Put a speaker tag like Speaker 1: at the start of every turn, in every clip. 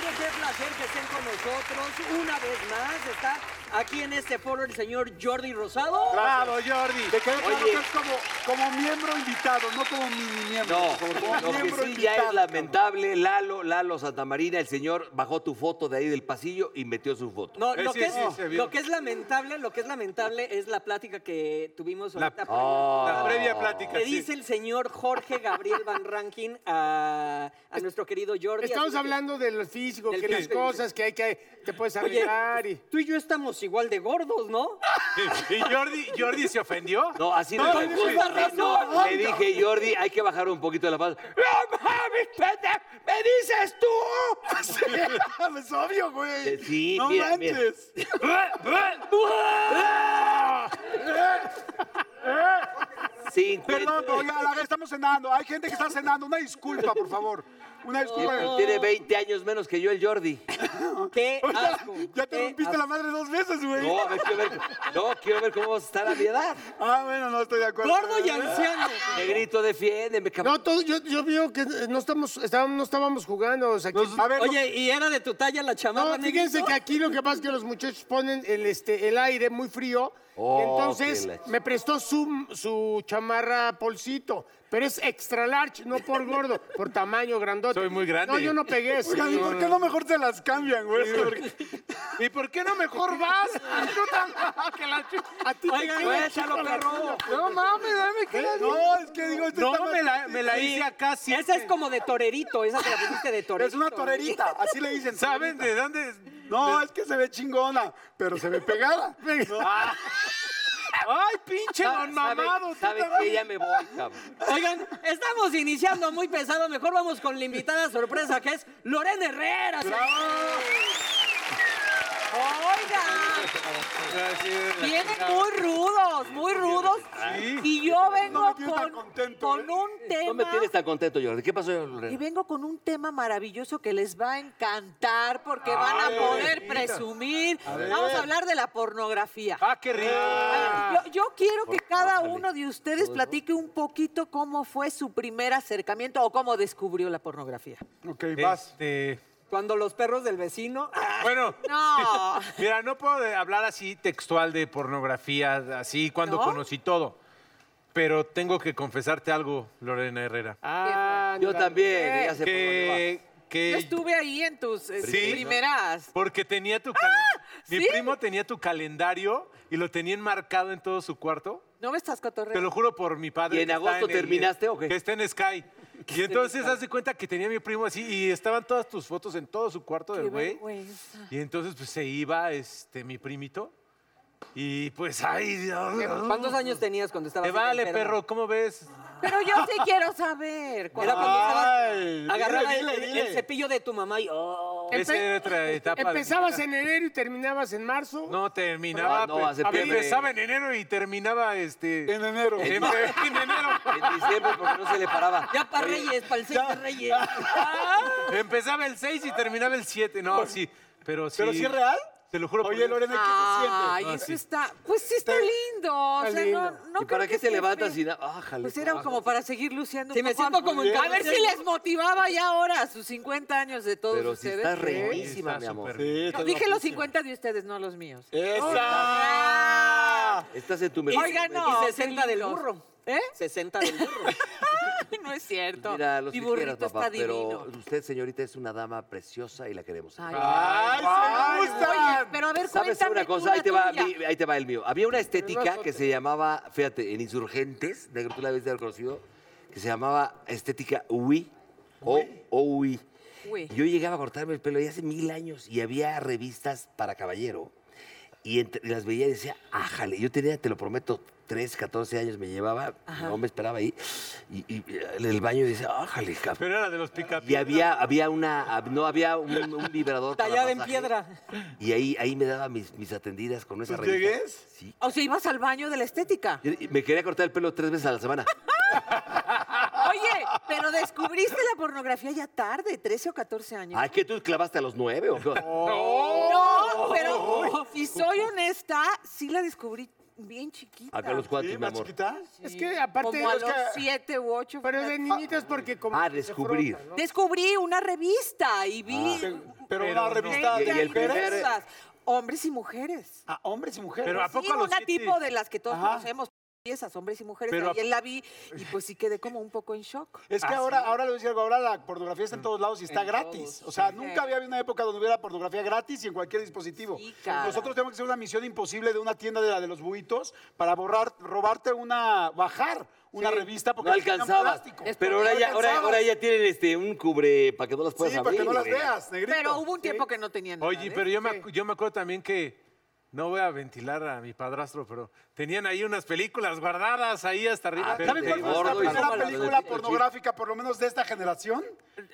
Speaker 1: placer que estén con nosotros una vez más. Está aquí en este foro el señor Jordi Rosado.
Speaker 2: Bravo, Jordi.
Speaker 3: Te quedó claro que
Speaker 1: Oye.
Speaker 3: es como, como miembro invitado, no como mini miembro.
Speaker 4: No,
Speaker 3: por favor,
Speaker 4: lo
Speaker 3: como
Speaker 4: que
Speaker 3: miembro
Speaker 4: sí ya es
Speaker 3: invitado,
Speaker 4: lamentable, Lalo, Lalo Santamarina, el señor bajó tu foto de ahí del pasillo y metió su foto.
Speaker 1: No,
Speaker 2: Eh,
Speaker 1: lo,
Speaker 2: sí,
Speaker 1: que es,
Speaker 2: sí, se vio.
Speaker 1: lo que es lamentable, lo que es lamentable es la plática que tuvimos
Speaker 2: La-
Speaker 1: ahorita.
Speaker 2: La
Speaker 4: Ah.
Speaker 2: previa plática.
Speaker 1: Que
Speaker 2: sí.
Speaker 1: dice el señor Jorge Gabriel Van Rankin a, a nuestro querido Jordi. Así
Speaker 5: Estamos
Speaker 1: que-
Speaker 5: hablando de lo físico,
Speaker 1: Del
Speaker 5: que las
Speaker 1: físico.
Speaker 5: cosas que hay que te puedes
Speaker 1: Oye,
Speaker 5: arreglar y
Speaker 1: tú y yo estamos igual de gordos, ¿no?
Speaker 2: ¿Y Jordi, Jordi se ofendió?
Speaker 4: No, así
Speaker 2: No,
Speaker 4: no.
Speaker 2: con
Speaker 4: le-
Speaker 1: justa
Speaker 4: le-
Speaker 1: razón.
Speaker 4: no, Le dije, Jordi, hay que bajar un poquito la paz. ¡No mames, pendejo! ¡Me dices tú!
Speaker 3: Es obvio, güey.
Speaker 4: Sí,
Speaker 3: no
Speaker 4: mira, mira.
Speaker 3: manches.
Speaker 4: Cincuenta-
Speaker 3: Perdón, oiga, la- estamos cenando. Hay gente que está cenando. Una disculpa, por favor. Una disculpa.
Speaker 4: Tiene- Tiene 20 años menos que yo el Jordi.
Speaker 1: ¡Qué
Speaker 3: Oiga,
Speaker 1: asco!
Speaker 3: ya te
Speaker 1: qué
Speaker 3: rompiste la madre dos veces, güey.
Speaker 4: No, a ver, quiero ver, no, quiero ver cómo vas a estar a mi edad.
Speaker 3: Ah, bueno, no estoy de
Speaker 1: asco.
Speaker 3: acuerdo.
Speaker 1: ¡Gordo y anciano!
Speaker 4: Negrito, defiéndeme, cabrón.
Speaker 5: no todo, yo, yo veo que eh, no estamos, estábamos, no estábamos jugando. o sea, que-
Speaker 3: A ver,
Speaker 1: Oye, ¿y era de tu talla la chamarra?
Speaker 5: no, fíjense
Speaker 1: negrito?
Speaker 5: que aquí lo que pasa es que los muchachos ponen el este el aire muy frío.
Speaker 4: Oh,
Speaker 5: entonces
Speaker 4: qué la ch-
Speaker 5: me prestó su, su chamarra polcito, pero es extra large, no por gordo, por tamaño grandote.
Speaker 2: Soy muy grande.
Speaker 5: No, yo no pegué eso.
Speaker 3: oigan, ¿y por qué no mejor se las cambian, güey?
Speaker 2: ¿Y por qué no mejor vas?
Speaker 5: A ti te
Speaker 1: Oigan,
Speaker 5: queda
Speaker 1: güey,
Speaker 5: chica
Speaker 1: échalo,
Speaker 5: la
Speaker 1: perro.
Speaker 5: tuya.
Speaker 2: No mames, dame que
Speaker 3: No, es que digo, este está
Speaker 2: No,
Speaker 3: más-
Speaker 2: me la, me la
Speaker 1: Sí,
Speaker 2: hice acá siempre.
Speaker 1: Esa es como de torerito, esa te la pusiste de torerito.
Speaker 3: Es una torerita, así le dicen.
Speaker 2: ¿Saben de dónde? es?
Speaker 3: No, es que se ve chingona, pero se ve pegada.
Speaker 2: ¡Ay, pinche
Speaker 4: Sa-
Speaker 2: don
Speaker 4: sabe-
Speaker 2: mamado!
Speaker 4: Sabe que ya me voy, cabrón.
Speaker 1: Oigan, estamos iniciando muy pesado. Mejor vamos con la invitada sorpresa que es Lorena Herrera.
Speaker 2: Ah.
Speaker 1: Oiga, vienen muy rudos, muy rudos. Y yo
Speaker 3: No
Speaker 1: vengo
Speaker 3: me tienes tan
Speaker 1: con,
Speaker 3: contento,
Speaker 1: con
Speaker 3: ¿eh?
Speaker 1: un
Speaker 4: No me
Speaker 1: tema.
Speaker 4: tienes tan contento, Jordi. ¿Qué pasó,
Speaker 6: Y
Speaker 4: Lorena?
Speaker 6: vengo con un tema maravilloso que les va a encantar porque van a poder presumir. Vamos a hablar de la pornografía.
Speaker 2: ¡Ah, qué rico! Ah.
Speaker 6: Yo, yo quiero que cada uno de ustedes platique un poquito cómo fue su primer acercamiento o cómo descubrió la pornografía.
Speaker 3: Ok, vas.
Speaker 2: Este,
Speaker 1: Cuando los perros del vecino.
Speaker 2: bueno,
Speaker 6: No.
Speaker 2: mira, no puedo de- hablar así textual de pornografía, así cuando
Speaker 6: ¿No?
Speaker 2: conocí todo. Pero tengo que confesarte algo, Lorena Herrera.
Speaker 5: Ah,
Speaker 4: Yo también,
Speaker 6: ¿Qué?
Speaker 4: ya sé por dónde
Speaker 2: que, que
Speaker 6: Yo estuve ahí en tus eh,
Speaker 2: Sí.
Speaker 6: primeras.
Speaker 2: Porque tenía
Speaker 4: ¡Ah!
Speaker 2: tu calen- Mi
Speaker 6: ¿Sí?
Speaker 2: primo tenía tu calendario y lo tenía enmarcado en todo su cuarto.
Speaker 6: No me estás
Speaker 2: Te lo
Speaker 6: cotorreando.
Speaker 2: juro por mi padre.
Speaker 4: ¿Y en
Speaker 2: que está
Speaker 4: agosto
Speaker 2: el-
Speaker 4: terminaste o qué?
Speaker 2: Que está en Sky. Y entonces haz de cuenta que tenía a mi primo así y estaban todas tus fotos en todo su cuarto
Speaker 6: Qué
Speaker 2: del güey.
Speaker 6: vergüenza.
Speaker 2: Y entonces pues se iba este mi primito y pues ay Dios.
Speaker 1: ¿Cuántos años tenías cuando estabas?
Speaker 2: Te
Speaker 1: en el
Speaker 2: vale perro, ¿cómo ves?
Speaker 6: Pero yo sí quiero saber.
Speaker 1: Era cuando
Speaker 6: cuando-
Speaker 3: dile,
Speaker 1: estabas agarrada el,
Speaker 3: dile,
Speaker 1: el-
Speaker 3: dile.
Speaker 1: el cepillo de tu mamá y. oh.
Speaker 5: Empe-
Speaker 2: Esa era otra etapa. de mi
Speaker 5: Empezabas
Speaker 2: vida.
Speaker 5: en enero y terminabas en marzo.
Speaker 2: No, terminaba.
Speaker 4: Ah, no,
Speaker 2: pe-
Speaker 4: a septiembre.
Speaker 2: empezaba en enero y terminaba este.
Speaker 3: En enero.
Speaker 2: en- en enero.
Speaker 4: va. En diciembre porque no se le paraba.
Speaker 1: Ya para Reyes, para el seis de Reyes.
Speaker 2: Empezaba el 6 y terminaba el 7. No, sí, pero sí.
Speaker 3: ¿Pero sí es real?
Speaker 2: Te lo juro. por
Speaker 3: Oye,
Speaker 2: Dios.
Speaker 3: Lorena, ¿qué
Speaker 6: Ay,
Speaker 2: Ah,
Speaker 6: eso
Speaker 2: sí.
Speaker 6: está. Pues sí está lindo. O sea, no, no
Speaker 4: ¿Y para
Speaker 6: creo
Speaker 4: qué
Speaker 6: que
Speaker 4: te
Speaker 6: esté
Speaker 4: levantas Ah,
Speaker 6: feo.
Speaker 4: y nada? Ájale,
Speaker 6: Pues era como para seguir luciendo. un
Speaker 1: Sí, me
Speaker 6: poco.
Speaker 1: siento como en
Speaker 6: A ver
Speaker 1: casa.
Speaker 6: si les motivaba ya ahora a sus 50 años de todos
Speaker 4: Pero si
Speaker 6: ustedes.
Speaker 4: estás
Speaker 6: ¿Eh?
Speaker 4: reinísima,
Speaker 2: Está
Speaker 4: mi amor.
Speaker 2: súper-
Speaker 3: sientes?
Speaker 6: No, dije los 50 de ustedes, no los míos.
Speaker 4: Eh,
Speaker 3: ¡Esa!
Speaker 4: Estás en tu
Speaker 1: Y-
Speaker 4: mejor.
Speaker 6: Oigan,
Speaker 4: momento.
Speaker 6: no,
Speaker 1: Y 60 del
Speaker 6: qué lindos.
Speaker 1: burro.
Speaker 6: ¿Eh?
Speaker 1: 60 del burro.
Speaker 6: No es cierto.
Speaker 4: Mira, los
Speaker 6: Mi
Speaker 4: que
Speaker 6: burrito
Speaker 4: quieras, papá,
Speaker 6: está
Speaker 4: pero
Speaker 6: divino.
Speaker 4: usted, señorita, es una dama preciosa y la queremos.
Speaker 6: Ay,
Speaker 3: ¡Ay, se
Speaker 6: oye,
Speaker 3: gustan!
Speaker 6: pero a ver,
Speaker 4: ¿Sabes
Speaker 6: cuéntame
Speaker 4: una
Speaker 6: tú
Speaker 4: cosa?
Speaker 6: la
Speaker 4: Ahí te, va,
Speaker 6: tuya.
Speaker 4: mi- ahí te va el mío. Había una estética que se llamaba, fíjate, en Insurgentes, negro, tú la habías de haber conocido, que se llamaba estética UI o OUI.
Speaker 6: Uy.
Speaker 4: Yo llegaba a cortarme el pelo y hace mil años y había revistas para caballero. Y entre- las veía y decía, ájale, yo tenía, te lo prometo, 3, 14 años me llevaba, no me esperaba ahí. Y, y, eh, en el baño decía, ájale, cabrón.
Speaker 2: Pero era de los picapiedras.
Speaker 4: Y había, había una, hab- no había un, un vibrador. para
Speaker 1: Tallada en
Speaker 4: masaje.
Speaker 1: piedra.
Speaker 4: Y ahí, ahí me daba mis, mis atendidas con esa
Speaker 3: ¿Tus
Speaker 4: revista.
Speaker 3: llegues?
Speaker 4: Sí.
Speaker 6: O sea, ibas al baño de la estética.
Speaker 4: Yo- y Me quería cortar el pelo tres veces a la semana.
Speaker 6: Oye, pero descubriste la pornografía ya tarde, 13 o 14 años.
Speaker 4: Ay, que tú clavaste a los
Speaker 2: Oh,
Speaker 4: nueve o qué?
Speaker 6: No, pero si soy honesta, sí la descubrí bien chiquita.
Speaker 4: Acá los cuatro,
Speaker 3: ¿Sí,
Speaker 4: mi
Speaker 3: más
Speaker 4: amor.
Speaker 3: chiquita?
Speaker 5: Es que aparte...
Speaker 6: Como a
Speaker 5: es
Speaker 6: los
Speaker 5: que-
Speaker 6: siete u ocho.
Speaker 5: Pero es
Speaker 6: fíjate.
Speaker 5: de niñitas porque como...
Speaker 4: Ah,
Speaker 5: que se
Speaker 4: descubrir.
Speaker 5: frotan, ¿no?
Speaker 6: Descubrí una revista y vi
Speaker 3: Pero una revista
Speaker 4: ¿Y
Speaker 3: de
Speaker 4: el Pérez?
Speaker 3: mujeres
Speaker 6: diversas, hombres y mujeres.
Speaker 3: a hombres y mujeres.
Speaker 2: Pero ¿a poco
Speaker 6: Sí,
Speaker 2: a los
Speaker 6: una
Speaker 2: siete?
Speaker 6: tipo de las que todos
Speaker 3: Ajá.
Speaker 6: conocemos, piezas, hombres y mujeres.
Speaker 2: Pero a-
Speaker 6: y él la vi y pues sí quedé como un poco en shock.
Speaker 3: Es que ahora, ahora lo decía algo, ahora la pornografía está en todos lados y está gratis. O sea, nunca había habido una época donde hubiera pornografía gratis y en cualquier dispositivo.
Speaker 6: Sí, cara.
Speaker 3: Nosotros tenemos que hacer una misión imposible de una tienda de la de los buitos para borrar, robarte una, bajar una revista porque
Speaker 4: No
Speaker 3: tenían
Speaker 4: alcanzabas.
Speaker 3: plástico.
Speaker 4: Pero ahora
Speaker 3: No
Speaker 4: ya, ahora,
Speaker 3: alcanzabas.
Speaker 4: ahora ya tienen este, un cubre para que no las puedas
Speaker 3: Sí, para
Speaker 4: abrir.
Speaker 3: que no las
Speaker 4: güey.
Speaker 3: veas, negrito.
Speaker 6: Pero hubo un tiempo que no tenía nada.
Speaker 2: Oye,
Speaker 6: de
Speaker 2: pero
Speaker 6: eso.
Speaker 2: yo me, acu- yo me acuerdo también que, no voy a ventilar a mi padrastro, pero tenían ahí unas películas guardadas ahí hasta arriba.
Speaker 4: Ah, pero
Speaker 3: ¿Saben
Speaker 4: de
Speaker 3: cuál fue
Speaker 4: gordo
Speaker 3: nuestra
Speaker 4: y
Speaker 3: primera
Speaker 4: súper
Speaker 3: película
Speaker 4: apetitoso.
Speaker 3: pornográfica, por lo menos de esta generación?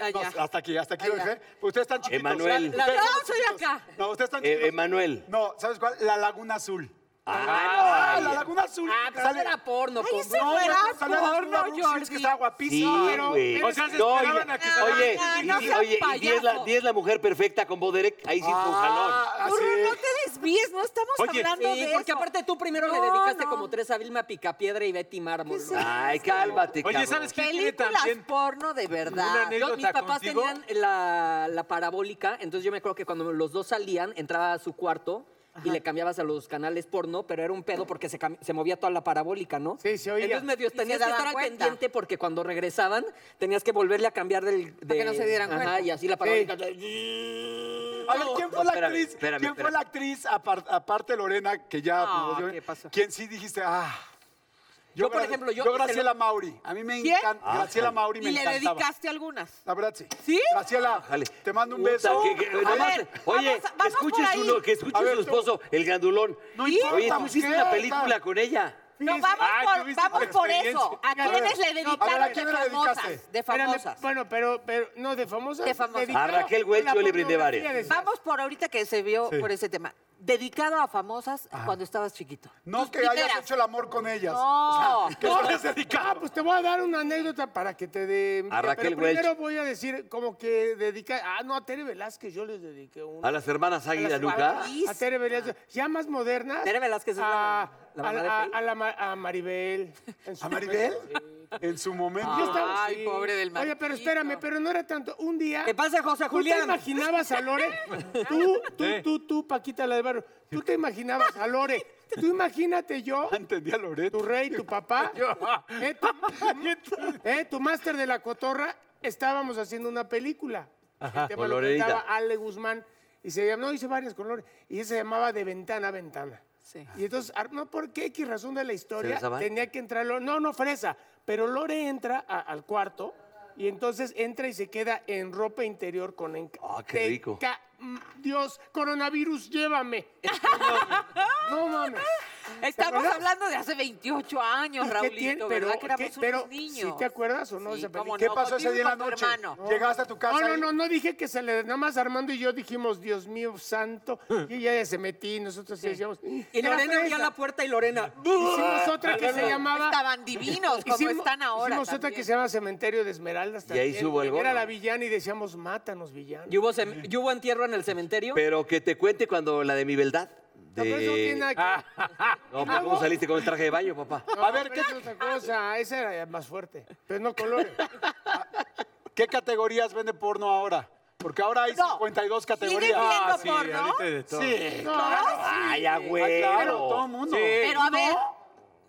Speaker 6: Ah,
Speaker 3: No,
Speaker 6: ya.
Speaker 3: hasta aquí, hasta aquí lo
Speaker 6: Ah, ya.
Speaker 3: dejé. Ustedes están chiquitos.
Speaker 4: Emanuel.
Speaker 6: La-
Speaker 3: Ustedes
Speaker 6: no,
Speaker 3: están
Speaker 6: soy
Speaker 3: chiquitos.
Speaker 6: acá.
Speaker 3: No, ustedes están
Speaker 4: Eh,
Speaker 3: chiquitos.
Speaker 4: Emanuel.
Speaker 3: No, ¿sabes cuál? La Laguna Azul.
Speaker 4: Ah,
Speaker 3: Ah,
Speaker 4: no,
Speaker 3: la
Speaker 4: ay,
Speaker 3: Laguna Azul.
Speaker 1: Ah, pero
Speaker 3: Sale-
Speaker 1: eso era porno.
Speaker 6: Ay,
Speaker 1: con-
Speaker 6: ese
Speaker 3: No,
Speaker 6: fuera
Speaker 3: no, sale Daniela
Speaker 6: porno,
Speaker 3: Brooks,
Speaker 6: Jordi.
Speaker 3: Es que está
Speaker 4: Sí,
Speaker 3: guapísima. pero-
Speaker 4: güey.
Speaker 2: O sea, se
Speaker 4: No,
Speaker 2: esperaban
Speaker 4: y-
Speaker 2: a que se-
Speaker 4: Oye,
Speaker 6: Ah, no
Speaker 4: y-
Speaker 6: seas
Speaker 4: oye, y di es la,
Speaker 6: payaso.
Speaker 4: di es la mujer perfecta con Boderek, ahí sí fue un jalón.
Speaker 3: Ah,
Speaker 6: Burro,
Speaker 3: sí.
Speaker 6: no te desvíes, no estamos
Speaker 2: Oye,
Speaker 6: hablando
Speaker 1: Sí,
Speaker 6: de
Speaker 1: porque
Speaker 6: eso.
Speaker 1: aparte tú primero
Speaker 6: No,
Speaker 1: le dedicaste
Speaker 6: no.
Speaker 1: como tres a Vilma Picapiedra y Betty Mármol. ¿no?
Speaker 4: Ay, cálmate,
Speaker 2: Oye,
Speaker 4: cabrón.
Speaker 2: ¿sabes qué tiene
Speaker 6: Películas
Speaker 2: también?
Speaker 6: porno de
Speaker 2: Una
Speaker 6: verdad.
Speaker 2: ne-
Speaker 1: Yo- mis
Speaker 2: anécdota
Speaker 1: papás
Speaker 2: contigo?
Speaker 1: tenían la, la parabólica, entonces yo me acuerdo que cuando los dos salían, entraba a su cuarto y le cambiabas a los canales porno, pero era un pedo porque se, cam- se movía toda la parabólica, ¿no?
Speaker 5: Sí, se oía.
Speaker 1: Entonces medio
Speaker 6: Y
Speaker 1: tenías
Speaker 6: se
Speaker 1: que
Speaker 6: daban
Speaker 1: estar al
Speaker 6: cuenta.
Speaker 1: pendiente porque cuando regresaban tenías que volverle a cambiar del...
Speaker 6: Para que no se dieran
Speaker 1: Ajá,
Speaker 6: cuenta.
Speaker 1: y así la parabólica...
Speaker 3: A ver, ¿quién fue
Speaker 4: No,
Speaker 3: la
Speaker 4: espérame,
Speaker 3: actriz?
Speaker 4: espérame,
Speaker 3: ¿Quién fue
Speaker 4: espérame.
Speaker 3: la actriz, apar- aparte Lorena, que ya...
Speaker 1: Ah,
Speaker 3: pues, yo-
Speaker 1: ¿qué pasó?
Speaker 3: ¿Quién sí dijiste, ah...
Speaker 1: Yo, por
Speaker 3: Gra-
Speaker 1: ejemplo, yo-
Speaker 3: Yo Graciela Mauri. A mí me
Speaker 6: ¿Quién?
Speaker 3: encanta... Graciela Mauri me
Speaker 6: Y le
Speaker 3: encantaba.
Speaker 6: dedicaste algunas.
Speaker 3: La verdad, sí.
Speaker 6: ¿Sí?
Speaker 3: Graciela,
Speaker 4: Ájale.
Speaker 3: te mando un
Speaker 4: Ah, Puta,
Speaker 3: beso.
Speaker 4: que- que-
Speaker 3: A
Speaker 4: nada más-
Speaker 6: ver,
Speaker 4: oye,
Speaker 6: vamos a- vamos
Speaker 4: que escuches
Speaker 6: por ahí.
Speaker 4: uno, que escuche
Speaker 3: A ver,
Speaker 4: su
Speaker 3: tú-
Speaker 4: esposo, el grandulón.
Speaker 3: No
Speaker 6: ¿Sí?
Speaker 3: importa,
Speaker 4: Oye, tú
Speaker 3: pues,
Speaker 4: hiciste
Speaker 3: ¿qué?
Speaker 4: una película con ella.
Speaker 6: No, vamos,
Speaker 2: Ay,
Speaker 6: por,
Speaker 2: tuviste
Speaker 6: vamos
Speaker 2: tu
Speaker 6: por eso.
Speaker 2: experiencia.
Speaker 6: ¿A quiénes le
Speaker 3: a ver, ¿a
Speaker 6: dedicaste
Speaker 3: quién
Speaker 6: de
Speaker 3: le
Speaker 6: famosas?
Speaker 3: dedicaste?
Speaker 6: De
Speaker 5: Espérame,
Speaker 6: famosas.
Speaker 5: bueno, pero, pero no, de famosas.
Speaker 6: De famosas.
Speaker 5: dedicado
Speaker 4: A Raquel Welch,
Speaker 5: la
Speaker 4: yo le brindé
Speaker 5: pornografía
Speaker 4: varias.
Speaker 7: Ah,
Speaker 5: de-
Speaker 6: Vamos por ahorita que se vio por ese tema. Dedicado a famosas cuando estabas chiquito.
Speaker 3: No
Speaker 6: Tus
Speaker 3: que hayas
Speaker 6: primeras.
Speaker 3: hecho el amor con ellas.
Speaker 6: No.
Speaker 3: O sea, que no les
Speaker 5: Ah,
Speaker 3: dedicaba.
Speaker 5: pues te voy a dar una anécdota para que te dé.
Speaker 4: A Raquel
Speaker 5: Pero primero
Speaker 4: Welch.
Speaker 5: voy a decir como que dedica. Ah, no, a Tere Velázquez yo les dediqué una.
Speaker 4: A las hermanas Águila Luca.
Speaker 5: A Tere Velázquez. Ya más modernas.
Speaker 1: Tere Velázquez es la-
Speaker 5: a,
Speaker 1: la mamá
Speaker 5: a-
Speaker 1: de
Speaker 5: a-
Speaker 1: Fey.
Speaker 5: a la Ma- a Maribel. en su
Speaker 3: ¿A Maribel?
Speaker 5: momento.
Speaker 3: En su momento.
Speaker 5: Yo estaba-
Speaker 6: Ay, pobre del
Speaker 5: Oye, pero espérame,
Speaker 6: Marquito.
Speaker 5: pero no era tanto. Un día.
Speaker 1: ¿Qué pasa, José
Speaker 5: ¿Tú
Speaker 1: Julián?
Speaker 5: te imaginabas a Lore? Tú, tú,
Speaker 2: ¿Eh?
Speaker 5: tú, tú, Paquita la del barrio. Tú te imaginabas a Lore. Tú imagínate yo,
Speaker 3: Entendía
Speaker 5: tu
Speaker 3: Loreto.
Speaker 5: rey, tu papá. ¿eh? tu, ¿eh? tu máster de la cotorra. Estábamos haciendo una película.
Speaker 4: Ajá,
Speaker 5: El tema
Speaker 4: con
Speaker 5: lo
Speaker 4: Loreita.
Speaker 5: cantaba Ale Guzmán. Y se llamaba, no, hice varias con Lore. Y ese se llamaba De Ventana a Ventana.
Speaker 6: Sí.
Speaker 5: Y entonces, ar- no, ¿por qué? ¿Qué razón de la historia?
Speaker 4: besaba?
Speaker 5: Tenía que entrar Lore. No, no, fresa. Pero Lore entra a- al cuarto y entonces entra y se queda en ropa interior con... enca-
Speaker 4: Ah, qué
Speaker 5: te
Speaker 4: rico.
Speaker 5: ca- mm, Dios, coronavirus, llévame. no mames.
Speaker 6: Estamos
Speaker 5: acuerdas?
Speaker 6: hablando de hace 28 años,
Speaker 5: ¿Y qué tiene?
Speaker 6: Raulito, ¿verdad?
Speaker 5: Pero,
Speaker 6: que éramos
Speaker 5: ¿qué? Pero,
Speaker 6: unos niños.
Speaker 5: ¿sí te acuerdas o no
Speaker 6: Sí,
Speaker 5: esa
Speaker 6: cómo
Speaker 5: película?
Speaker 3: ¿Qué
Speaker 6: no,
Speaker 3: pasó ese día en la
Speaker 6: contigo y
Speaker 3: noche?
Speaker 6: con tu hermano.
Speaker 3: Llegaste a tu casa.
Speaker 5: No, no,
Speaker 3: y-
Speaker 5: no, no dije que se le... Nada más Armando y yo dijimos, Dios mío, santo. Y ella ya se metí, nosotros decíamos...
Speaker 1: Y Lorena abría la puerta y Lorena...
Speaker 5: Hicimos otra que se llamaba...
Speaker 6: Estaban divinos como
Speaker 5: Hicimos-
Speaker 6: están ahora.
Speaker 5: Hicimos otra que
Speaker 6: también.
Speaker 5: se llama Cementerio de Esmeraldas.
Speaker 4: Y ahí
Speaker 5: también,
Speaker 4: subo el
Speaker 5: que Era
Speaker 4: gordo.
Speaker 5: la villana y decíamos, mátanos, villana.
Speaker 1: ¿Y hubo, sem- y hubo entierro en el cementerio?
Speaker 4: Pero que te cuente cuando la de mi beldad.
Speaker 5: No, pero eso no tiene
Speaker 4: De...
Speaker 5: nada que-
Speaker 3: Ah,
Speaker 4: No, pues,
Speaker 6: Ah,
Speaker 4: ¿cómo saliste con el traje de baño, papá?
Speaker 5: A ver, ¿qué es otra cosa? Esa era más fuerte, pero no colores.
Speaker 3: ¿Qué categorías vende porno ahora? Porque ahora hay
Speaker 6: No.
Speaker 3: 52
Speaker 6: Sigue
Speaker 3: categorías.
Speaker 6: siendo
Speaker 2: Sí,
Speaker 6: porno,
Speaker 2: ahorita hay de todo.
Speaker 3: Sí.
Speaker 5: No,
Speaker 4: Ay, ya, güey.
Speaker 3: Ah, Claro, todo el mundo.
Speaker 6: pero a ver,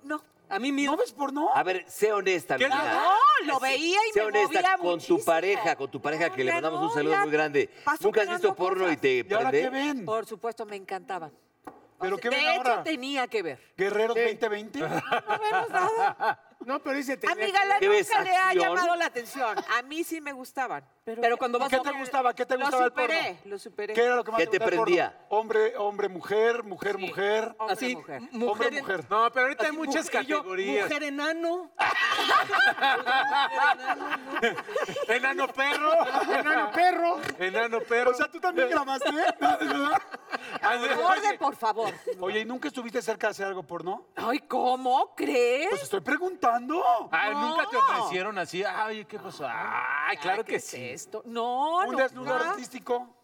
Speaker 6: no,
Speaker 1: A mí mismo...
Speaker 3: ¿No ves porno?
Speaker 4: A ver, sé honesta,
Speaker 2: ¿Qué es
Speaker 4: amiga.
Speaker 2: la-
Speaker 6: no, lo veía y
Speaker 4: Sé
Speaker 6: me
Speaker 4: honesta
Speaker 6: movía
Speaker 4: con
Speaker 6: muchísimo.
Speaker 4: tu pareja, con tu pareja
Speaker 6: No,
Speaker 4: que le
Speaker 6: ya
Speaker 4: mandamos un
Speaker 6: no,
Speaker 4: saludo
Speaker 6: ya
Speaker 4: muy grande.
Speaker 6: pasó
Speaker 4: ¿Nunca has
Speaker 6: creando
Speaker 4: visto porno y
Speaker 6: cosas.
Speaker 4: te
Speaker 3: ¿Y ahora qué
Speaker 4: prende?
Speaker 3: ven?
Speaker 6: Por supuesto, me encantaba.
Speaker 3: ¿Pero qué
Speaker 6: de
Speaker 3: ven
Speaker 6: hecho,
Speaker 3: ahora?
Speaker 6: tenía que ver.
Speaker 3: ¿Guerreros 2020?
Speaker 6: No vemos nada.
Speaker 5: no, pero dice...
Speaker 6: A mi galán
Speaker 4: ¿Qué
Speaker 6: nunca
Speaker 4: ves,
Speaker 6: le ha
Speaker 4: acción?
Speaker 6: llamado la atención. A mí sí me gustaban. Pero,
Speaker 1: Pero cuando
Speaker 3: ¿Y
Speaker 1: vas
Speaker 3: ¿Qué
Speaker 1: a-
Speaker 3: te gustaba? ¿Qué te
Speaker 6: Lo
Speaker 3: gustaba el
Speaker 6: superé,
Speaker 3: porno?
Speaker 6: lo superé.
Speaker 3: ¿Qué era lo que más
Speaker 4: ¿Qué te
Speaker 3: gustaba del porno?
Speaker 4: prendía?
Speaker 3: Hombre, hombre, mujer, mujer, mujer.
Speaker 6: Hombre,
Speaker 1: así,
Speaker 6: mujer.
Speaker 1: m- mujer
Speaker 3: Hombre,
Speaker 1: en-
Speaker 3: mujer.
Speaker 2: No, pero ahorita hay
Speaker 1: así,
Speaker 2: muchas
Speaker 1: mujer- y yo,
Speaker 2: categorías.
Speaker 1: mujer enano.
Speaker 2: Enano perro.
Speaker 5: Enano perro.
Speaker 2: Enano perro.
Speaker 3: O sea, ¿tú también grabaste?
Speaker 2: Ah, de-
Speaker 6: Orden, por favor.
Speaker 3: Oye, ¿y nunca estuviste cerca de hacer algo porno?
Speaker 6: Ay, ¿cómo crees?
Speaker 3: Pues estoy preguntando.
Speaker 2: Ah, nunca te
Speaker 6: No.
Speaker 2: ofrecieron así. Ay, ¿qué pasó? Ay, claro
Speaker 6: ¿Qué
Speaker 2: que
Speaker 6: es
Speaker 2: sí.
Speaker 6: esto? No,
Speaker 3: ¿Un
Speaker 6: nunca.
Speaker 3: desnudo artístico?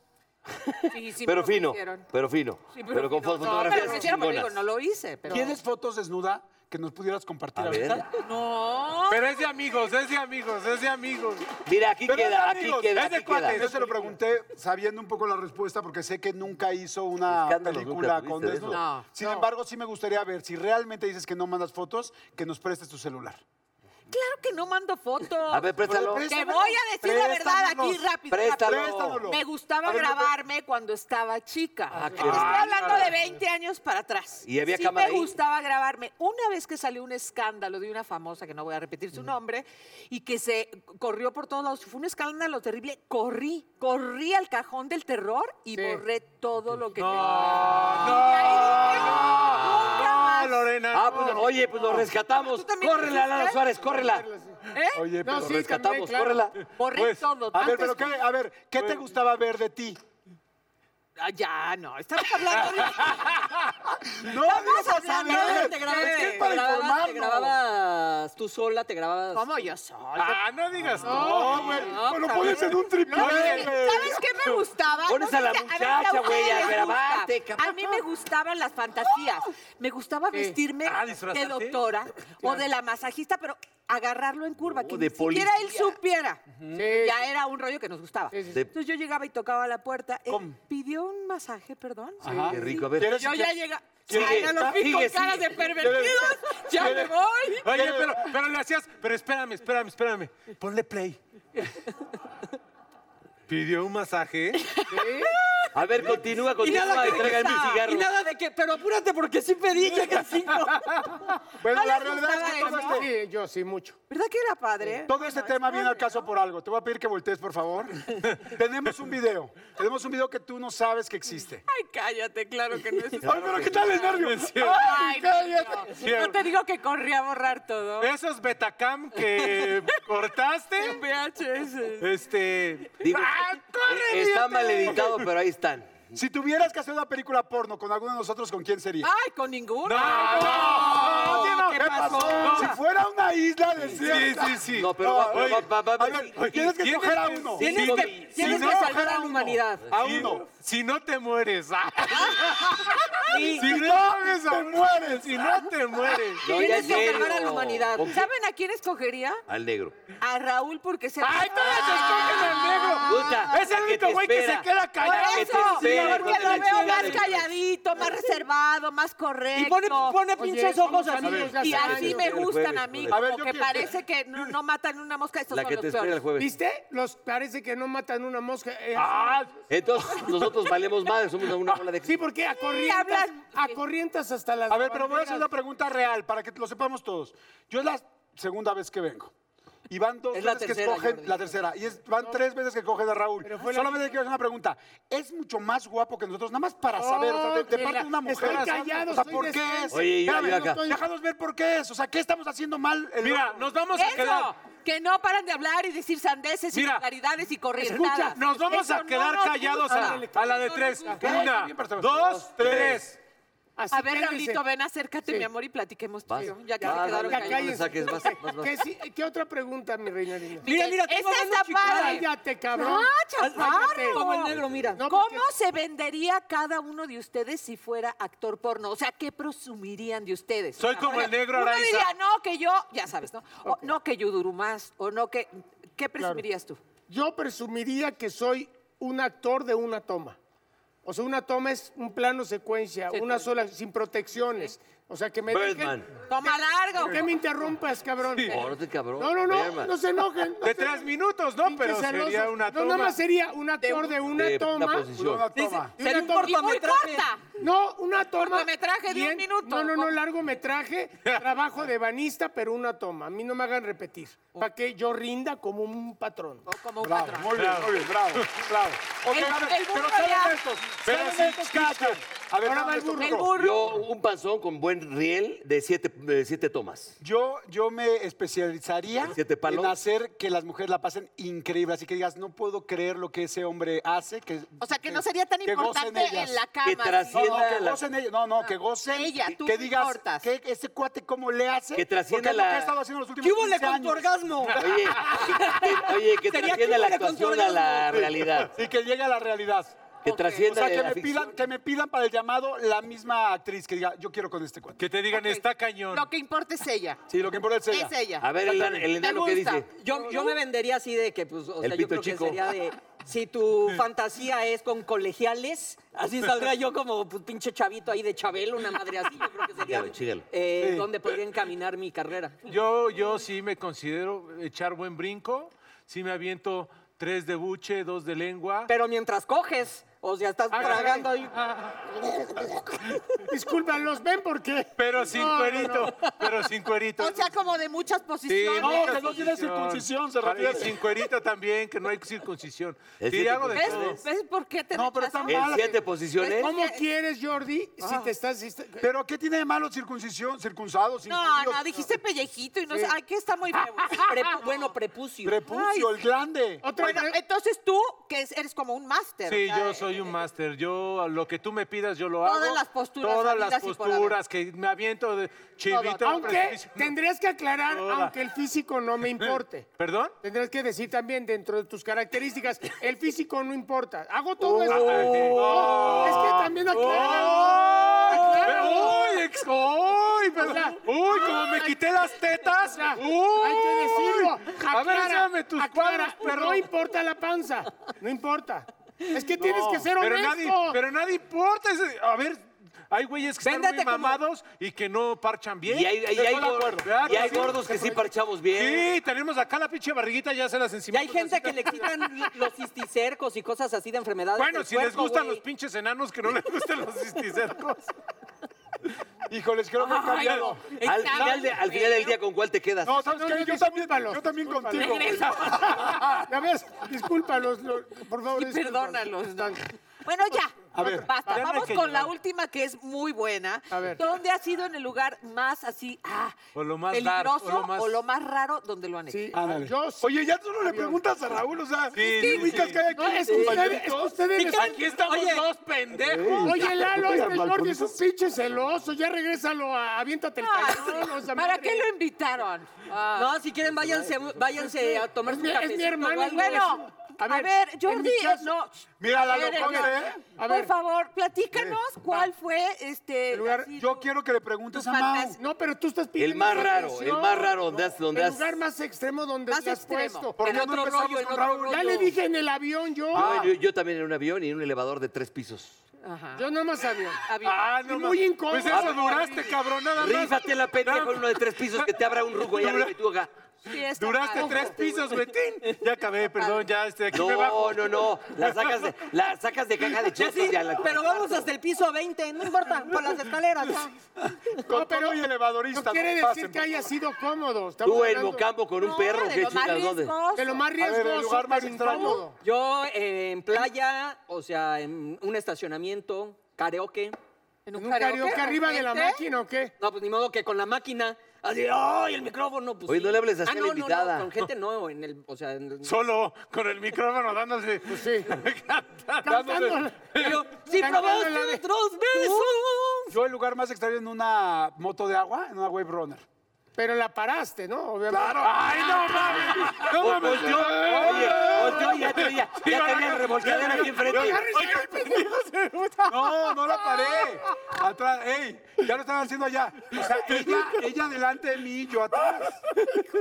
Speaker 6: Sí, sí,
Speaker 4: pero
Speaker 6: me lo
Speaker 4: fino,
Speaker 6: hicieron.
Speaker 4: pero fino.
Speaker 6: Sí,
Speaker 4: pero, con
Speaker 6: no, no,
Speaker 4: fotografías
Speaker 6: pero lo hicieron, pero digo,
Speaker 4: chingonas.
Speaker 6: no lo hice. Pero...
Speaker 3: ¿Tienes fotos desnuda que nos pudieras compartir
Speaker 4: A ver.
Speaker 3: ahorita?
Speaker 6: No.
Speaker 2: Pero es de amigos, es de amigos, es de amigos.
Speaker 4: Mira, aquí
Speaker 3: Pero es de
Speaker 4: queda, aquí
Speaker 3: amigos,
Speaker 4: queda,
Speaker 2: es de
Speaker 4: aquí queda.
Speaker 2: cuates.
Speaker 3: Yo se lo pregunté sabiendo un poco la respuesta porque sé que nunca hizo una
Speaker 4: Escándalos nunca
Speaker 3: película
Speaker 4: tuviste
Speaker 3: con
Speaker 4: de
Speaker 3: desnudo.
Speaker 6: eso. No,
Speaker 3: Sin embargo, sí me gustaría ver si realmente dices que no mandas fotos, que nos prestes tu celular.
Speaker 6: Claro que no mando fotos.
Speaker 4: A ver, préstalo.
Speaker 3: Pero,
Speaker 6: Te voy a decir la verdad aquí rápido.
Speaker 4: Préstalo.
Speaker 6: rápido.
Speaker 3: Préstamelo.
Speaker 6: Me gustaba
Speaker 3: A ver,
Speaker 6: grabarme cuando estaba chica.
Speaker 4: qué
Speaker 6: Estoy
Speaker 4: rico.
Speaker 6: hablando de 20 años para atrás.
Speaker 4: ¿Y había
Speaker 6: sí
Speaker 4: cámara
Speaker 6: me
Speaker 4: ahí?
Speaker 6: gustaba grabarme. Una vez que salió un escándalo de una famosa, que no voy a repetir su nombre, y que se corrió por todos lados, fue un escándalo terrible, corrí, corrí al cajón del terror y borré todo lo que
Speaker 2: No,
Speaker 6: tenía.
Speaker 2: no,
Speaker 6: Y ahí dije, nunca
Speaker 2: No,
Speaker 6: más.
Speaker 2: Lorena.
Speaker 4: Ah,
Speaker 2: no.
Speaker 4: pues, oye, pues lo rescatamos.
Speaker 6: ¿Tú también
Speaker 4: Córrela,
Speaker 6: quisiste?
Speaker 4: Lalo Suárez, córrela.
Speaker 6: ¿Eh?
Speaker 3: Oye,
Speaker 5: No,
Speaker 3: pero...
Speaker 4: Lo
Speaker 5: sí,
Speaker 4: rescatamos,
Speaker 5: también, claro.
Speaker 4: córrela.
Speaker 6: Borré
Speaker 2: Pues,
Speaker 6: todo.
Speaker 3: A ver,
Speaker 6: tanto
Speaker 3: pero ¿qué, a ver, ¿qué te gustaba ver de ti?
Speaker 6: Ah, ya, no, estamos hablando de...
Speaker 3: No,
Speaker 6: Estamos
Speaker 3: digo, para
Speaker 6: hablando
Speaker 3: saber.
Speaker 6: de- te grabé,
Speaker 3: Es que es para
Speaker 1: te grababas-
Speaker 3: informarnos.
Speaker 1: Te grababas tú sola, te grababas...
Speaker 6: ¿Cómo yo sola?
Speaker 2: Ah, no digas.
Speaker 3: No, güey.
Speaker 1: No,
Speaker 3: bueno,
Speaker 1: cabrón.
Speaker 3: pones en un tripié,
Speaker 6: No,
Speaker 3: güey.
Speaker 6: ¿Sabes qué me gustaba?
Speaker 4: Pones
Speaker 6: No
Speaker 4: a la
Speaker 6: sé si- ver,
Speaker 4: muchacha,
Speaker 6: si a
Speaker 4: güey, a
Speaker 6: ustedes les
Speaker 4: grabarte,
Speaker 6: gusta.
Speaker 4: cabrón.
Speaker 6: A mí me gustaban las fantasías. Me gustaba vestirme
Speaker 2: Ah,
Speaker 6: de
Speaker 2: ¿disfrazarte?
Speaker 6: doctora o de la masajista, pero agarrarlo en curva,
Speaker 4: No,
Speaker 6: que
Speaker 4: Oh, de
Speaker 6: ni siquiera él
Speaker 4: policía.
Speaker 6: supiera.
Speaker 5: Sí,
Speaker 6: Ya era un rollo que nos gustaba.
Speaker 5: Sí, sí,
Speaker 4: sí.
Speaker 6: Entonces yo llegaba y tocaba la puerta. Él
Speaker 3: ¿Cómo?
Speaker 6: pidió un masaje, perdón.
Speaker 4: Ajá. Qué rico, a ver.
Speaker 3: ¿Quieres-
Speaker 6: Yo ya llegaba.
Speaker 4: Sigue,
Speaker 6: Ay, ya los vi
Speaker 4: sigue,
Speaker 6: con caras
Speaker 4: sigue.
Speaker 6: de pervertidos. Ya me voy.
Speaker 2: Oye, pero, pero le hacías. Pero espérame, espérame, espérame. Ponle play. Pidió un masaje.
Speaker 4: A ver, continúa,
Speaker 1: Y nada
Speaker 4: continúa y tráigame
Speaker 1: que
Speaker 4: un
Speaker 1: regresaba,
Speaker 4: cigarro.
Speaker 1: Y nada de que, pero apúrate porque sí pedí, llegan cinco.
Speaker 3: Bueno,
Speaker 6: No
Speaker 3: la
Speaker 6: les
Speaker 3: realidad es que
Speaker 6: gustaba
Speaker 3: todo
Speaker 6: eso.
Speaker 3: este,
Speaker 5: sí, yo sí, mucho.
Speaker 6: ¿Verdad que era padre?
Speaker 3: todo este tema viene al caso por algo. Te voy a pedir que voltees, por favor. tenemos un video. Tenemos un video que tú no sabes que existe.
Speaker 6: Ay, cállate, claro que no es
Speaker 3: Ay, pero ¿qué tal el nervio?
Speaker 2: Ah.
Speaker 6: Ay, no, no.
Speaker 2: Cierto.
Speaker 6: No te digo que corrí a borrar todo.
Speaker 2: Esos Betacam que cortaste.
Speaker 6: VHS.
Speaker 2: Este.
Speaker 4: Digo, eh,
Speaker 2: ¡Ah, corre,
Speaker 4: está
Speaker 2: idiota!
Speaker 4: mal editado, pero ahí están.
Speaker 3: Si tuvieras que hacer una película porno con alguno de nosotros, ¿con quién sería?
Speaker 6: Ay, con
Speaker 2: ¡No,
Speaker 6: ninguna.
Speaker 2: no!
Speaker 3: Oye, no,
Speaker 1: ¿qué
Speaker 3: Ah, ¿qué
Speaker 1: pasó?
Speaker 3: pasó? Si fuera una isla
Speaker 2: Sí,
Speaker 3: desierta.
Speaker 2: sí, sí.
Speaker 4: No, pero va,
Speaker 3: oye,
Speaker 4: va, va, va,
Speaker 3: eh, A ver,
Speaker 4: va.
Speaker 3: tienes que
Speaker 2: ¿Tienes
Speaker 3: escoger a
Speaker 2: que-
Speaker 3: uno.
Speaker 1: Tienes
Speaker 2: Sí, Ah,
Speaker 1: que, tienes
Speaker 3: no,
Speaker 1: que salvar
Speaker 3: era
Speaker 1: a la
Speaker 3: uno.
Speaker 1: humanidad.
Speaker 3: A
Speaker 2: Si-
Speaker 3: uno.
Speaker 2: Si no te mueres. ah.
Speaker 1: Y
Speaker 2: Si no te mueres. Si no te mueres.
Speaker 4: No, ya
Speaker 1: tienes
Speaker 4: en
Speaker 1: que
Speaker 4: serio.
Speaker 1: salvar a la humanidad.
Speaker 4: Ok,
Speaker 6: ¿Saben a quién escogería?
Speaker 4: Al negro.
Speaker 6: A Raúl, porque se.
Speaker 2: ¡Ay, todavía se escogen al negro!
Speaker 4: Puta,
Speaker 2: Es el
Speaker 4: Ah. que te
Speaker 2: único güey que se
Speaker 4: espera.
Speaker 2: queda callado.
Speaker 4: que
Speaker 6: Por
Speaker 4: te
Speaker 6: eso,
Speaker 4: espere,
Speaker 6: porque
Speaker 4: hijo de
Speaker 6: lo
Speaker 4: la
Speaker 6: veo
Speaker 4: chingada.
Speaker 6: más calladito, más reservado, más correcto.
Speaker 1: Y pone, pone
Speaker 5: Oye,
Speaker 1: pinches
Speaker 5: somos
Speaker 1: ojos así.
Speaker 5: amigos, ya
Speaker 6: Y
Speaker 5: sabes.
Speaker 6: así me gustan a mí,
Speaker 4: A
Speaker 3: ver, yo
Speaker 6: como que
Speaker 3: quiero-
Speaker 6: parece que no, no matan una mosca, estos
Speaker 4: La
Speaker 6: son
Speaker 4: que
Speaker 6: los
Speaker 4: te espera el
Speaker 6: peores.
Speaker 3: Pues-
Speaker 4: jueves.
Speaker 5: ¿Viste? Los parece que no matan una mosca. eh,
Speaker 3: Ah,
Speaker 4: Entonces, nosotros valemos madre, somos una bola de...
Speaker 5: sí, porque a corrientas,
Speaker 6: hablan-
Speaker 5: a corrientas hasta las
Speaker 3: A ver, pero voy a hacer una
Speaker 5: banderas.
Speaker 3: pregunta real para que lo sepamos todos. Yo es la segunda vez que vengo. Y van dos
Speaker 1: Es la
Speaker 3: veces que
Speaker 1: tercera,
Speaker 3: escogen
Speaker 1: Jordi.
Speaker 3: la tercera. Y es- van tres veces que cogen a Raúl.
Speaker 5: fue la-
Speaker 3: Solamente quiero hacer una pregunta. Es mucho más guapo que nosotros, nada más para saber. O sea, de, de
Speaker 5: que
Speaker 3: parte
Speaker 5: la-
Speaker 3: de una mujer.
Speaker 5: Oh, estoy callado,
Speaker 3: o sea,
Speaker 5: soy
Speaker 3: ¿por qué
Speaker 5: decente.
Speaker 3: es?
Speaker 4: Oye, yo-
Speaker 3: Espérame,
Speaker 4: yo acá.
Speaker 3: Déjanos ver por qué es. O sea, ¿qué estamos haciendo mal? El
Speaker 2: Mira,
Speaker 3: otro?
Speaker 2: nos vamos a
Speaker 6: Eso,
Speaker 2: quedar.
Speaker 6: que no paran de hablar y decir sandeces y
Speaker 2: Mira,
Speaker 6: claridades y
Speaker 5: escucha,
Speaker 6: corrientadas.
Speaker 2: Nos vamos
Speaker 6: Eso
Speaker 2: a
Speaker 6: no
Speaker 2: quedar
Speaker 6: nos
Speaker 2: callados
Speaker 6: gusta.
Speaker 2: a, a la de tres. Una, dos, tres.
Speaker 5: Así
Speaker 6: A ver,
Speaker 5: quédense.
Speaker 6: Raulito, ven, acércate, mi amor, y platiquemos tú
Speaker 4: Vas,
Speaker 6: y yo, Ya que
Speaker 4: vas,
Speaker 6: se
Speaker 4: vas,
Speaker 6: quedaron
Speaker 4: vas, no
Speaker 5: Ya
Speaker 6: callados.
Speaker 4: le
Speaker 5: calles.
Speaker 4: saques, vas, vas, vas.
Speaker 5: ¿Qué, sí- qué otra pregunta, mi reina linda?
Speaker 1: Mira, mira, tengo
Speaker 6: Esa es
Speaker 1: manos
Speaker 6: la
Speaker 1: chiquitas.
Speaker 6: padre.
Speaker 5: Cállate, cabrón.
Speaker 6: ¡Ah,
Speaker 5: Cállate.
Speaker 1: Como el
Speaker 6: chaparro!
Speaker 1: negro, mira.
Speaker 5: No, porque-
Speaker 6: ¿Cómo se vendería cada uno de ustedes si fuera actor porno? O sea, ¿qué presumirían de ustedes?
Speaker 2: Soy como el negro
Speaker 6: Uno
Speaker 2: Araiza.
Speaker 6: diría, no, que yo, ya sabes, ¿no? O, no, que yo duro más, o no, que... ¿Qué presumirías tú?
Speaker 5: Yo presumiría que soy un actor de una toma. O sea, una toma es un plano secuencia, una sola, sin protecciones. O sea, que me
Speaker 4: Birdman.
Speaker 5: dejen...
Speaker 6: Toma largo.
Speaker 5: ¿Por qué me interrumpas, cabrón?
Speaker 4: Órale, cabrón.
Speaker 5: No, no, no,
Speaker 4: Birdman.
Speaker 5: no se enojen. no
Speaker 2: De
Speaker 5: se-
Speaker 2: tres minutos, ¿no? Pero
Speaker 5: pinches
Speaker 2: sería
Speaker 5: celosos.
Speaker 2: una
Speaker 5: No, nada
Speaker 2: toma.
Speaker 5: más sería un actor de una
Speaker 4: De Eh, una
Speaker 5: toma.
Speaker 4: posición.
Speaker 3: Una
Speaker 1: Dice,
Speaker 3: toma.
Speaker 1: sería un
Speaker 6: Y muy
Speaker 1: cortometraje.
Speaker 6: corta.
Speaker 5: No, una toma.
Speaker 6: Cortometraje de un minuto.
Speaker 5: No, no, no, largometraje. trabajo de banista, pero una toma. A mí no me hagan repetir. Para que yo rinda como un patrón.
Speaker 6: O como un
Speaker 3: Bravo,
Speaker 6: patrón.
Speaker 3: muy bien, muy bien, bravo, bravo. Ok,
Speaker 6: El-
Speaker 3: a ver,
Speaker 6: el burro
Speaker 3: pero salen
Speaker 6: ya-
Speaker 3: estos,
Speaker 2: Pero
Speaker 3: salen
Speaker 2: sin
Speaker 3: estos que dicen. A ver,
Speaker 5: Ahora va
Speaker 3: salen
Speaker 5: el
Speaker 3: estos
Speaker 5: burro.
Speaker 6: El
Speaker 3: burros.
Speaker 6: burro.
Speaker 4: Yo, un panzón con buen riel de siete, de siete tomas.
Speaker 3: Yo, yo me especializaría
Speaker 4: ¿Siete palos?
Speaker 3: en hacer que las mujeres la pasen increíble. Así que digas, no puedo creer lo que ese hombre hace. Que,
Speaker 6: O sea, que no sería tan
Speaker 3: que gocen
Speaker 6: importante
Speaker 3: ellas.
Speaker 6: en la cama.
Speaker 4: Que tras-
Speaker 6: sí.
Speaker 3: No, no, que
Speaker 4: la-
Speaker 3: gocen ellas. No, no, que gocen.
Speaker 6: Ella, tú
Speaker 3: que
Speaker 6: no
Speaker 3: digas,
Speaker 6: importas.
Speaker 3: que este cuate cómo le hace.
Speaker 4: Que trascienda
Speaker 3: porque es lo
Speaker 4: la-
Speaker 3: que ha estado haciendo los últimos
Speaker 1: ¿Qué hubo le
Speaker 3: 15
Speaker 1: con
Speaker 3: años.
Speaker 1: tu orgasmo?
Speaker 4: Oye, que- oye, que
Speaker 1: Sería
Speaker 4: trascienda la
Speaker 1: que hubiera
Speaker 4: actuación a la
Speaker 1: controlado.
Speaker 4: realidad.
Speaker 3: Y que llegue a la realidad.
Speaker 4: Que
Speaker 6: Ok.
Speaker 3: O
Speaker 4: trascienda
Speaker 3: sea, que
Speaker 4: de
Speaker 3: me,
Speaker 4: la ficción.
Speaker 3: pidan, que me pidan para el llamado la misma actriz que diga, yo quiero con este cuate.
Speaker 2: Que te digan,
Speaker 6: Ok.
Speaker 2: está cañón.
Speaker 6: Lo que importa es ella.
Speaker 3: Sí, lo que importa es ella.
Speaker 6: Es ella.
Speaker 4: A ver, el, el
Speaker 6: Me
Speaker 4: enano que
Speaker 6: gusta.
Speaker 4: dice.
Speaker 1: Yo, yo me vendería así de que, pues, o
Speaker 4: El
Speaker 1: sea,
Speaker 4: pito
Speaker 1: yo creo
Speaker 4: chico.
Speaker 1: que sería de. Si tu fantasía es con colegiales, así saldría yo como pues, pinche chavito ahí de Chabelo, una madre así. Yo creo que sería
Speaker 4: Chígalo, chígalo.
Speaker 1: eh,
Speaker 3: Sí.
Speaker 1: donde podría encaminar mi carrera.
Speaker 2: Yo, yo sí me considero echar buen brinco. Sí me aviento tres de buche, dos de lengua.
Speaker 1: Pero mientras coges, o sea, estás
Speaker 2: caray.
Speaker 1: tragando ahí.
Speaker 5: Ah. Disculpa, los ven porque.
Speaker 2: Pero sin
Speaker 5: No, no,
Speaker 2: cuerito. Pero sin cuerito.
Speaker 6: O sea, como de muchas posiciones.
Speaker 3: No, que no tiene circuncisión, se refiere.
Speaker 2: Y sin cuerito también, que no hay circuncisión.
Speaker 4: El
Speaker 2: Sí,
Speaker 4: siete
Speaker 2: hago de
Speaker 6: ¿Ves?
Speaker 2: todo.
Speaker 6: ¿Ves por qué te
Speaker 3: No, pero está
Speaker 6: rechazan?
Speaker 4: En
Speaker 3: mala.
Speaker 4: siete posiciones.
Speaker 5: ¿Cómo quieres, Jordi, si te estás. si está-
Speaker 3: Pero ¿qué tiene de malo circuncisión, circunsado, sin
Speaker 6: No,
Speaker 3: judíos?
Speaker 6: no, dijiste pellejito y no sé. Ay, que está muy feo.
Speaker 7: Ah,
Speaker 1: Prepu- Bueno, prepucio.
Speaker 3: Prepucio, el grande.
Speaker 5: Otra
Speaker 6: Bueno, eh,
Speaker 5: pre-
Speaker 6: entonces tú, que es- eres como un máster.
Speaker 2: Sí,
Speaker 6: o sea,
Speaker 2: yo soy un máster. Yo, a lo que tú me pidas, yo lo hago.
Speaker 6: Todas las posturas
Speaker 2: Todas
Speaker 6: habidas
Speaker 2: las
Speaker 6: y por haber.
Speaker 2: posturas, que me aviento de chivito. pues,
Speaker 5: Aunque
Speaker 2: precipicio.
Speaker 5: tendrías que aclarar,
Speaker 2: Toda.
Speaker 5: aunque el físico no me importe.
Speaker 2: ¿Perdón?
Speaker 5: Tendrás que decir también dentro de tus características, el físico no importa. Hago todo esto.
Speaker 6: Oh.
Speaker 5: No, es que también
Speaker 2: ¡Oh!
Speaker 5: aclara. aclara.
Speaker 2: ¡Uy! ex- ¡Uy! pero-
Speaker 5: O sea,
Speaker 2: ¡Uy! Como me quité las tetas.
Speaker 5: O sea,
Speaker 2: ¡Uy!
Speaker 5: hay que decirlo.
Speaker 2: A ver,
Speaker 5: Aclara,
Speaker 2: enséñame tus
Speaker 5: aclara,
Speaker 2: cuadros, perro.
Speaker 5: No importa la panza. No importa. Es que tienes que ser honesto.
Speaker 2: Pero nadie, pero nadie importa. ese- A ver, hay güeyes que
Speaker 1: Véndete
Speaker 2: están muy
Speaker 1: como-
Speaker 2: mamados y que no parchan bien.
Speaker 4: Y hay, y hay
Speaker 2: Estoy de
Speaker 4: gor-
Speaker 2: acuerdo.
Speaker 4: y hay
Speaker 2: ¿Verdad?
Speaker 4: gordos que sí parchamos bien.
Speaker 2: Sí, tenemos acá la pinche barriguita, ya se las
Speaker 1: Y
Speaker 2: encima.
Speaker 1: hay gente que le quitan los cisticercos y cosas así de enfermedades.
Speaker 2: Bueno,
Speaker 1: del
Speaker 2: si les
Speaker 1: cuerpo,
Speaker 2: gustan
Speaker 1: güey.
Speaker 2: los pinches enanos, que no les gustan los cisticercos.
Speaker 3: Híjoles, creo que he cambiado.
Speaker 4: Al, final de- al final del día, ¿con cuál te quedas?
Speaker 3: No, ¿sabes
Speaker 5: No, no,
Speaker 3: qué? Yo también,
Speaker 5: discúlpalos,
Speaker 3: yo también
Speaker 5: discúlpalos.
Speaker 3: contigo. güey.
Speaker 5: Ya ves, discúlpalos, lo- por favor.
Speaker 6: Sí,
Speaker 5: discúlpalos.
Speaker 6: perdónalos. Bueno, ya.
Speaker 3: A ver,
Speaker 6: basta.
Speaker 2: ya no hay
Speaker 6: Vamos
Speaker 2: que
Speaker 6: con la
Speaker 2: llorar.
Speaker 6: última que es muy buena.
Speaker 5: A ver.
Speaker 6: ¿Dónde ha sido en el lugar más así, ah,
Speaker 2: O lo más dark,
Speaker 6: peligroso
Speaker 2: o lo más-
Speaker 6: o lo más raro donde lo han hecho?
Speaker 5: Sí,
Speaker 2: Ah,
Speaker 3: Ándale.
Speaker 5: yo sí.
Speaker 3: Oye, ya tú no le preguntas a Raúl, o sea,
Speaker 2: Sí,
Speaker 3: ¿qué
Speaker 2: sí,
Speaker 3: ubicas
Speaker 2: sí.
Speaker 3: que hay aquí?
Speaker 5: No, es que
Speaker 3: Sí.
Speaker 5: ustedes, es que ustedes están-
Speaker 2: Aquí estamos dos pendejos.
Speaker 5: Oye, Lalo,
Speaker 3: Oigan,
Speaker 5: este Jordi es
Speaker 3: balconcito.
Speaker 5: un pinche celoso. Ya regrésalo, a, aviéntate el
Speaker 6: Ah,
Speaker 5: cañón. o sea,
Speaker 6: ¿Para
Speaker 5: madre.
Speaker 6: qué lo invitaron? Ah.
Speaker 1: No, si quieren, váyanse, váyanse a tomar
Speaker 5: Es
Speaker 1: su
Speaker 5: mi- es mi
Speaker 1: cafecito o
Speaker 5: hermana, güey.
Speaker 1: algo.
Speaker 6: Bueno,
Speaker 5: A
Speaker 6: a
Speaker 5: ver,
Speaker 6: ver,
Speaker 5: en
Speaker 6: Jordi,
Speaker 5: mi caso-
Speaker 6: no.
Speaker 3: Mira, Lalo,
Speaker 6: Esperen,
Speaker 3: ponle,
Speaker 6: no.
Speaker 3: ¿eh?
Speaker 5: A ver.
Speaker 6: Por favor, platícanos cuál fue este.
Speaker 5: El lugar-
Speaker 6: así,
Speaker 3: Yo
Speaker 6: tu-
Speaker 3: quiero que le preguntes
Speaker 6: tu
Speaker 3: a Mau.
Speaker 6: fantasía.
Speaker 5: No, pero tú estás pidiendo.
Speaker 4: El más
Speaker 5: una
Speaker 4: raro,
Speaker 5: versión.
Speaker 4: el más raro donde has- donde
Speaker 5: El
Speaker 4: has-
Speaker 5: lugar más extremo donde
Speaker 6: Más
Speaker 5: te has
Speaker 6: extremo.
Speaker 5: puesto.
Speaker 3: ¿Por
Speaker 1: En
Speaker 3: qué no
Speaker 1: otro
Speaker 3: empezamos
Speaker 1: rollo, en
Speaker 3: con
Speaker 1: otro
Speaker 3: Raúl?
Speaker 5: Ya le dije en el avión yo.
Speaker 4: Yo, yo- yo también en un avión y en un elevador de tres pisos.
Speaker 6: Ajá.
Speaker 5: Yo nada más avión.
Speaker 6: Había-
Speaker 2: Ah,
Speaker 5: Y
Speaker 2: no
Speaker 5: muy
Speaker 2: mames.
Speaker 5: incómodo.
Speaker 2: Pues eso duraste, cabrón, nada más.
Speaker 4: Rífate la pendejo en uno de tres pisos que te abra un rugo allá arriba y tú acá.
Speaker 6: Sí, está
Speaker 2: Duraste
Speaker 6: padre.
Speaker 2: tres pisos, Betín. Ya acabé, perdón, ya este, aquí me
Speaker 4: No,
Speaker 2: bajo.
Speaker 4: no, no. La sacas de, la sacas de caja de chetos y a la-
Speaker 1: Pero vamos hasta el piso 20, no importa, por las escaleras. ¿no?
Speaker 3: Con
Speaker 5: No, pero
Speaker 3: todo y elevadorista.
Speaker 5: No quiere
Speaker 3: pasen,
Speaker 5: decir que
Speaker 3: por
Speaker 5: haya
Speaker 3: favor.
Speaker 5: sido cómodo. Estamos
Speaker 4: Tú en
Speaker 5: hablando
Speaker 4: Mocambo con un
Speaker 6: No,
Speaker 4: perro,
Speaker 6: de
Speaker 4: qué
Speaker 6: lo más
Speaker 4: chicas, ¿dónde?
Speaker 6: riesgoso.
Speaker 5: De lo más
Speaker 3: ver, el
Speaker 5: riesgoso,
Speaker 3: lugar más
Speaker 5: pero
Speaker 3: extraño.
Speaker 5: incómodo.
Speaker 1: Yo eh, en playa, o sea, en un estacionamiento, karaoke.
Speaker 6: En
Speaker 5: ¿En un karaoke arriba de la
Speaker 6: gente?
Speaker 5: máquina o qué?
Speaker 1: No, pues ni modo que con la máquina. Así, ¡ay, el micrófono! Pues,
Speaker 4: Oye,
Speaker 1: sí.
Speaker 4: no le hables así
Speaker 1: Ah,
Speaker 4: a la
Speaker 1: no, no, no,
Speaker 4: invitada.
Speaker 1: con gente no, en el, o sea, en el-
Speaker 2: Solo, con el micrófono dándose.
Speaker 5: Pues Sí. Cantando.
Speaker 1: Pero, si
Speaker 5: Cantando
Speaker 1: probaste
Speaker 5: la de-
Speaker 1: otros besos.
Speaker 3: Yo el lugar más extraño en una moto de agua, en una wave runner.
Speaker 5: Pero la paraste, ¿no? Obviamente.
Speaker 2: ¡Ay,
Speaker 5: Ah.
Speaker 2: no mames! ¡No
Speaker 4: Vol-
Speaker 2: mames!
Speaker 3: pues
Speaker 4: volteó, oye, volteó y ya tenía, ya tenía el remolcadero aquí enfrente.
Speaker 3: No, no la paré. Atrás, ey, ya lo estaban haciendo allá. O sea, ella, ella delante de mí, yo atrás.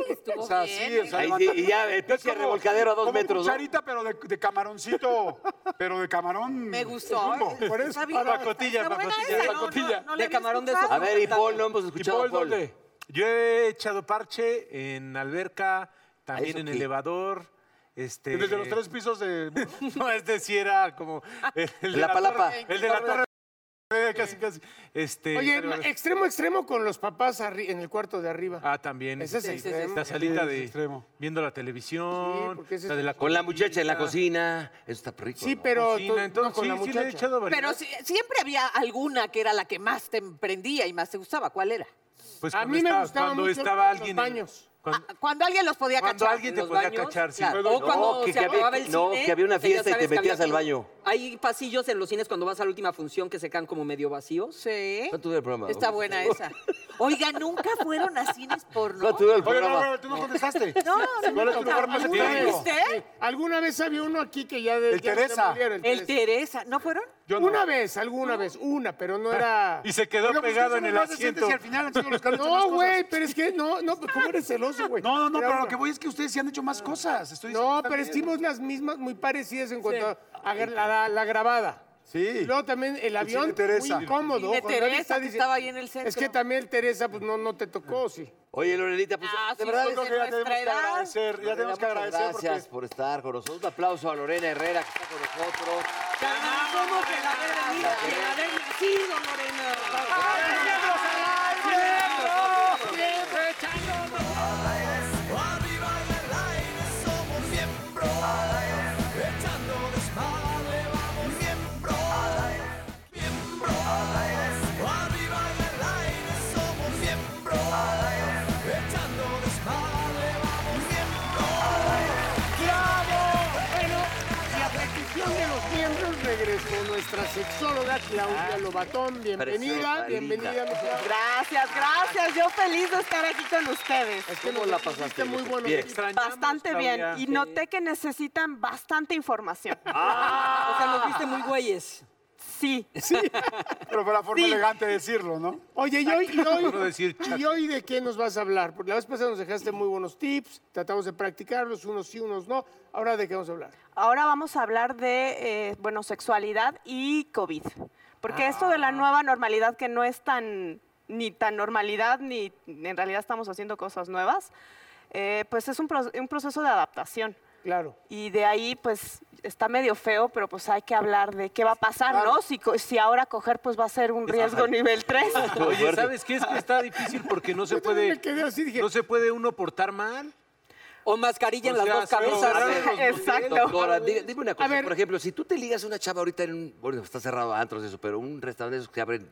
Speaker 6: Estuvo
Speaker 3: O sea,
Speaker 6: bien,
Speaker 3: sí, o sea,
Speaker 4: Ahí
Speaker 5: ¿eh?
Speaker 4: sí,
Speaker 3: levantando-
Speaker 4: y ya el
Speaker 3: Es
Speaker 4: pinche
Speaker 3: como-
Speaker 4: remolcadero a dos
Speaker 3: como
Speaker 4: metros, ¿no?
Speaker 3: cucharita, pero de, de camaroncito, pero de camarón.
Speaker 6: Me gustó.
Speaker 3: jumbo.
Speaker 6: ¿eh?
Speaker 3: Por eso.
Speaker 6: Está bien.
Speaker 2: Pacotilla,
Speaker 6: Está buena
Speaker 2: pacotilla,
Speaker 6: esa, no,
Speaker 2: pacotilla.
Speaker 6: no, no la
Speaker 1: De
Speaker 6: había
Speaker 1: camarón de
Speaker 6: escuchado.
Speaker 1: sopa.
Speaker 4: A ver, y Paul, no hemos
Speaker 3: ¿Y
Speaker 4: escuchado a
Speaker 3: Paul
Speaker 4: Paul.
Speaker 3: dónde?
Speaker 2: Yo he echado parche en alberca, también
Speaker 4: ¿Eso
Speaker 2: en
Speaker 4: qué?
Speaker 2: elevador. Este,
Speaker 3: Desde los tres pisos de...
Speaker 2: No, este sí era como. El, el de
Speaker 4: La palapa.
Speaker 2: torre- el de la torre. eh, Casi, casi. Este,
Speaker 5: Oye,
Speaker 2: pero-
Speaker 5: ma- eh, extremo, extremo con los papás arri- en el cuarto de arriba.
Speaker 2: Ah, también.
Speaker 5: Ese es
Speaker 2: sí.
Speaker 5: extremo.
Speaker 2: La salita
Speaker 3: Sí,
Speaker 2: de
Speaker 3: es extremo.
Speaker 2: viendo la televisión,
Speaker 5: Sí, porque ese
Speaker 2: la
Speaker 5: es-
Speaker 2: de la
Speaker 4: Con la muchacha en la
Speaker 2: comida,
Speaker 4: cocina. Eso está rico.
Speaker 5: Sí,
Speaker 4: ¿no?
Speaker 5: pero
Speaker 2: cocina,
Speaker 5: tú- no,
Speaker 2: entonces
Speaker 5: con
Speaker 2: sí,
Speaker 5: la
Speaker 2: sí le he
Speaker 5: muchacha.
Speaker 2: echado variedad.
Speaker 6: Pero sí- siempre había alguna que era la que más te emprendía y más te gustaba. ¿Cuál era?
Speaker 2: Pues
Speaker 5: a
Speaker 2: cuando
Speaker 5: mí me
Speaker 2: estaba-
Speaker 5: gustaba
Speaker 2: cuando
Speaker 5: mucho
Speaker 2: estaba
Speaker 5: los
Speaker 2: alguien en-
Speaker 5: baños.
Speaker 2: cuando-
Speaker 6: Ah, Cuando alguien los podía
Speaker 2: Cuando
Speaker 6: cachar.
Speaker 2: alguien te
Speaker 1: los
Speaker 2: podía
Speaker 1: baños,
Speaker 2: cachar, sí.
Speaker 1: claro.
Speaker 4: Bueno,
Speaker 1: O cuando
Speaker 4: no, que
Speaker 1: se
Speaker 4: había-
Speaker 1: acababa el
Speaker 4: no,
Speaker 1: cine, pues,
Speaker 4: que había una
Speaker 1: ya
Speaker 4: fiesta y
Speaker 1: sabes
Speaker 4: te
Speaker 1: que
Speaker 4: metías
Speaker 1: había
Speaker 4: al
Speaker 1: como-
Speaker 4: baño.
Speaker 1: Hay pasillos en los cines cuando vas a la última función que se quedan como medio vacíos.
Speaker 6: Sí.
Speaker 4: No tuve el programa.
Speaker 6: Está buena esa. Oiga, nunca fueron a cines porno.
Speaker 4: No, tú el
Speaker 3: Oye, no,
Speaker 4: programa.
Speaker 3: no, tú no contestaste.
Speaker 6: No,
Speaker 3: ¿Cuál es
Speaker 6: no,
Speaker 3: tu lugar más
Speaker 6: ¿Alguna
Speaker 3: atractivo?
Speaker 6: vez usted?
Speaker 5: ¿Alguna vez había uno aquí que ya... de-
Speaker 3: El
Speaker 5: ya se
Speaker 3: Teresa.
Speaker 5: murieron, el
Speaker 6: El
Speaker 5: Teresa.
Speaker 6: Teresa. ¿No fueron?
Speaker 2: Yo no.
Speaker 5: Una vez, alguna vez, una, pero
Speaker 3: Ah,
Speaker 5: no era...
Speaker 2: Y se quedó
Speaker 3: Oiga, pues,
Speaker 2: pegado
Speaker 3: ¿qué
Speaker 2: en
Speaker 3: son
Speaker 2: el
Speaker 3: los más decentes
Speaker 2: asiento.
Speaker 3: y al final han sido los que han hecho más
Speaker 5: No,
Speaker 3: cosas? Ah.
Speaker 5: güey, pero es que no, no, pues, ¿cómo eres celoso, güey?
Speaker 3: No, no, no,
Speaker 5: Era
Speaker 3: pero
Speaker 5: una.
Speaker 3: lo que voy es que ustedes sí han hecho más cosas. Estoy diciendo
Speaker 5: No,
Speaker 3: que
Speaker 5: pero
Speaker 3: está bien.
Speaker 5: hicimos las mismas, muy parecidas en cuanto a a la, la- la grabada.
Speaker 3: Sí.
Speaker 5: Luego también el avión,
Speaker 3: cine Teresa.
Speaker 5: muy incómodo.
Speaker 6: El cine
Speaker 5: cuando él
Speaker 6: Teresa,
Speaker 5: está
Speaker 6: que
Speaker 5: dici-
Speaker 6: estaba ahí en el centro.
Speaker 5: Es que también el Teresa, pues no, no te tocó, sí.
Speaker 4: Oye, Lorenita, pues
Speaker 6: Ah,
Speaker 4: de
Speaker 6: sí,
Speaker 4: verdad
Speaker 6: fue
Speaker 3: Yo creo
Speaker 6: de
Speaker 3: que ya
Speaker 6: nuestra
Speaker 3: tenemos que
Speaker 6: edad.
Speaker 3: agradecer, ya
Speaker 4: Lorena,
Speaker 3: tenemos que
Speaker 4: muchas
Speaker 3: agradecer
Speaker 4: Gracias
Speaker 3: porque...
Speaker 4: por estar con nosotros. Un aplauso a Lorena Herrera que está con nosotros.
Speaker 6: Te agradecemos el haber venido y el haber nacido, Morena.
Speaker 5: Bueno, y a petición de los miembros regresó nuestra sexóloga Claudia Lobatón. Bienvenida,
Speaker 4: Ah, Preciosa,
Speaker 5: bienvenida.
Speaker 4: linda.
Speaker 5: mi Claudia.
Speaker 6: Gracias, gracias. Yo feliz de estar aquí con ustedes.
Speaker 5: Es que
Speaker 4: ¿Cómo
Speaker 5: nos
Speaker 4: la
Speaker 5: hiciste
Speaker 4: pasaste?
Speaker 5: muy buenos
Speaker 4: Bien.
Speaker 5: amigos.
Speaker 2: Extrañamos,
Speaker 7: Bastante bien.
Speaker 2: Claudia.
Speaker 7: Y noté que necesitan bastante información.
Speaker 1: O sea, nos viste muy güeyes.
Speaker 7: Sí.
Speaker 3: Pero fue la forma
Speaker 7: Sí.
Speaker 3: elegante de decirlo, ¿no?
Speaker 5: Oye, y hoy, y hoy-
Speaker 2: Quiero decir, chato.
Speaker 5: y hoy de qué nos vas a hablar? Porque la vez pasada nos dejaste muy buenos tips, tratamos de practicarlos, unos sí, unos no. Ahora de qué vamos a hablar.
Speaker 7: Ahora vamos a hablar de, eh, bueno, sexualidad y COVID. Porque esto de la nueva normalidad que no es tan, ni tan normalidad, ni en realidad estamos haciendo cosas nuevas, eh, pues es un, pro- un proceso de adaptación.
Speaker 5: Claro.
Speaker 7: Y de ahí, pues, está medio feo, pero pues hay que hablar de qué va a pasar, ¿no? Si, co- si ahora coger, pues va a ser un riesgo nivel 3.
Speaker 2: Oye, ¿sabes qué? Es que está difícil porque no se
Speaker 5: Yo también
Speaker 2: puede.
Speaker 5: me quedé así, dije-
Speaker 2: No se puede uno portar mal.
Speaker 1: O mascarilla en
Speaker 2: O
Speaker 1: las
Speaker 2: sea,
Speaker 1: dos
Speaker 2: sí,
Speaker 1: cabezas. eh,
Speaker 2: o sea,
Speaker 7: Exacto.
Speaker 4: Doctora, di- dime una cosa.
Speaker 5: ver.
Speaker 4: Por ejemplo, si tú te ligas a una chava ahorita en un. Bueno, está cerrado antros, eso, pero un restaurante de esos que abren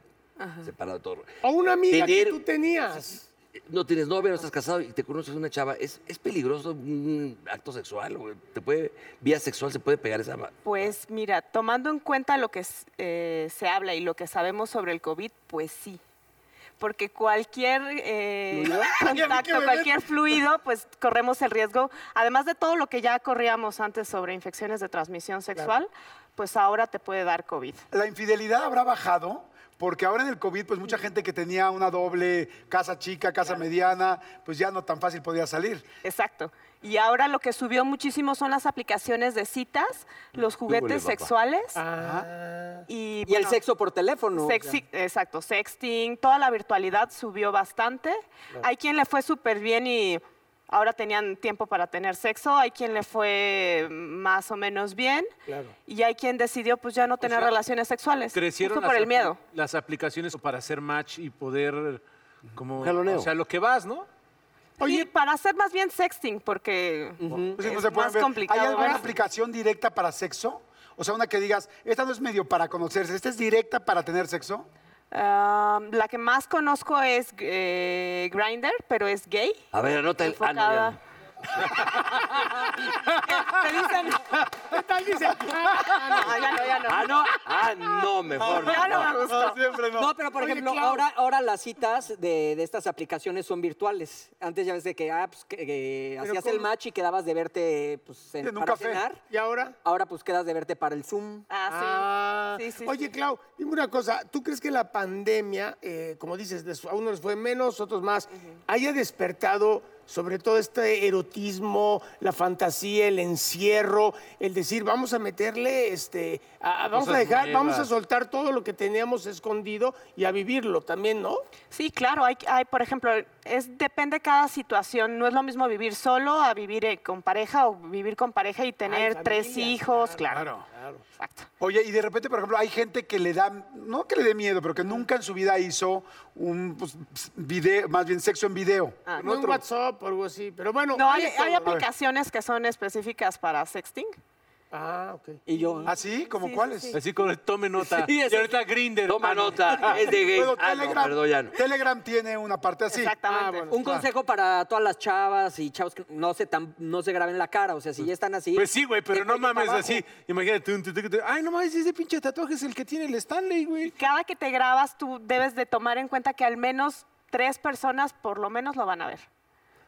Speaker 4: separado todo.
Speaker 5: O una amiga
Speaker 4: Tener-
Speaker 5: que tú tenías.
Speaker 4: No tienes novia, no estás casado y te conoces una chava. ¿Es, es peligroso un acto sexual? güey? ¿Te puede. Vía sexual se puede pegar esa. ma-
Speaker 7: Pues mira, tomando en cuenta lo que s- eh, se habla y lo que sabemos sobre el COVID, pues sí. Porque cualquier eh, contacto, cualquier fluido, pues corremos el riesgo. Además de todo lo que ya corríamos antes sobre infecciones de transmisión sexual, pues ahora te puede dar COVID.
Speaker 3: La infidelidad habrá bajado porque ahora en el COVID, pues mucha gente que tenía una doble casa chica, casa mediana, pues ya no tan fácil podía salir.
Speaker 7: Exacto. Y ahora lo que subió muchísimo son las aplicaciones de citas, los juguetes
Speaker 4: papá.
Speaker 7: sexuales
Speaker 5: Ah.
Speaker 7: y,
Speaker 1: Y el
Speaker 7: bueno,
Speaker 1: sexo por teléfono. o sea.
Speaker 7: Sexi- exacto, sexting, toda la virtualidad subió bastante. Hay quien le fue súper bien y ahora tenían tiempo para tener sexo, hay quien le fue más o menos bien
Speaker 5: Claro.
Speaker 7: y hay quien decidió pues ya no tener
Speaker 2: sea,
Speaker 7: relaciones sexuales,
Speaker 2: Crecieron
Speaker 7: justo
Speaker 2: las,
Speaker 7: por el
Speaker 2: apli-
Speaker 7: miedo.
Speaker 2: las aplicaciones para hacer match y poder eh, como
Speaker 4: Jaloneo.
Speaker 2: o sea, lo que vas, ¿no?
Speaker 7: Oye, para hacer más bien sexting porque
Speaker 3: Pues,
Speaker 7: es
Speaker 3: no se pueden
Speaker 7: más
Speaker 3: ver.
Speaker 7: complicado.
Speaker 3: ¿Hay alguna
Speaker 7: ¿verdad?
Speaker 3: aplicación directa para sexo? O sea, una que digas, esta no es medio para conocerse, esta es directa para tener sexo.
Speaker 7: Ah, la que más conozco es eh, Grindr, pero es gay.
Speaker 4: A ver, anota el. ah, no, ya
Speaker 7: enfocada.
Speaker 4: no.
Speaker 7: Te dicen,
Speaker 5: ¿Qué tal dice?
Speaker 7: "Ah, ya no, Ah, ya no.
Speaker 4: Ah, no. Ah, no, mejor.
Speaker 7: Ya no me gustó.
Speaker 3: siempre
Speaker 1: No, pero por
Speaker 5: Oye,
Speaker 1: ejemplo,
Speaker 5: Clau.
Speaker 1: ahora, ahora las citas de, de estas aplicaciones son virtuales. Antes ya ves de que, ah, pues, que- que hacías el
Speaker 5: ¿cómo?
Speaker 1: match y quedabas de verte pues, en,
Speaker 3: En un
Speaker 1: para
Speaker 3: café.
Speaker 1: cenar.
Speaker 5: ¿Y ahora?
Speaker 1: Ahora pues quedas de verte para el Zoom.
Speaker 7: Ah, sí.
Speaker 5: Ah.
Speaker 7: sí, sí,
Speaker 5: Oye,
Speaker 7: sí.
Speaker 5: Clau, dime una cosa. ¿Tú crees que la pandemia, eh, como dices, les- a unos les fue menos, otros más, haya despertado sobre todo este erotismo, la fantasía, el encierro, el decir, vamos a meterle, este, a- a- vamos a
Speaker 2: Cosas
Speaker 5: dejar, vamos a
Speaker 2: nuevas.
Speaker 5: soltar todo lo que teníamos escondido y a vivirlo también, ¿no?
Speaker 7: Sí, claro, hay, hay, por ejemplo, es, depende cada situación. No es lo mismo vivir solo a vivir eh, con pareja o vivir con pareja y tener
Speaker 5: familia,
Speaker 7: tres hijos, claro. Exacto.
Speaker 3: Oye, y de repente, por ejemplo, hay gente que le da, no que le dé miedo, pero que nunca en su vida hizo un pues, video, más bien sexo en video.
Speaker 7: Ah.
Speaker 5: No en WhatsApp o algo así, pero bueno.
Speaker 7: No, hay, hay
Speaker 5: todo, ¿no?
Speaker 7: aplicaciones que son específicas para sexting.
Speaker 5: Ah, ok.
Speaker 1: Y yo.
Speaker 3: ¿Así? ¿Como
Speaker 7: Sí,
Speaker 3: cuáles?
Speaker 7: sí,
Speaker 2: Así como tome nota.
Speaker 1: Sí,
Speaker 2: Y
Speaker 1: ese-
Speaker 2: ahorita Grinder. Ah,
Speaker 4: Toma nota. Es de gay.
Speaker 3: Bueno,
Speaker 4: Ah, no, perdón, ya no.
Speaker 3: Telegram tiene una parte así.
Speaker 7: Exactamente.
Speaker 5: Ah, bueno.
Speaker 2: pues,
Speaker 1: Un consejo para todas las chavas y chavos que no se, tan, no se graben la cara. O sea, si ya están así.
Speaker 2: Pues sí, güey, pero
Speaker 1: del
Speaker 2: no
Speaker 1: cuello para
Speaker 2: mames
Speaker 1: abajo.
Speaker 2: así. Imagínate. un tu- tu- tu- Ay, no mames, ese pinche tatuaje es el que tiene el Stanley, güey.
Speaker 7: Cada que te grabas, tú debes de tomar en cuenta que al menos tres personas por lo menos lo van a ver.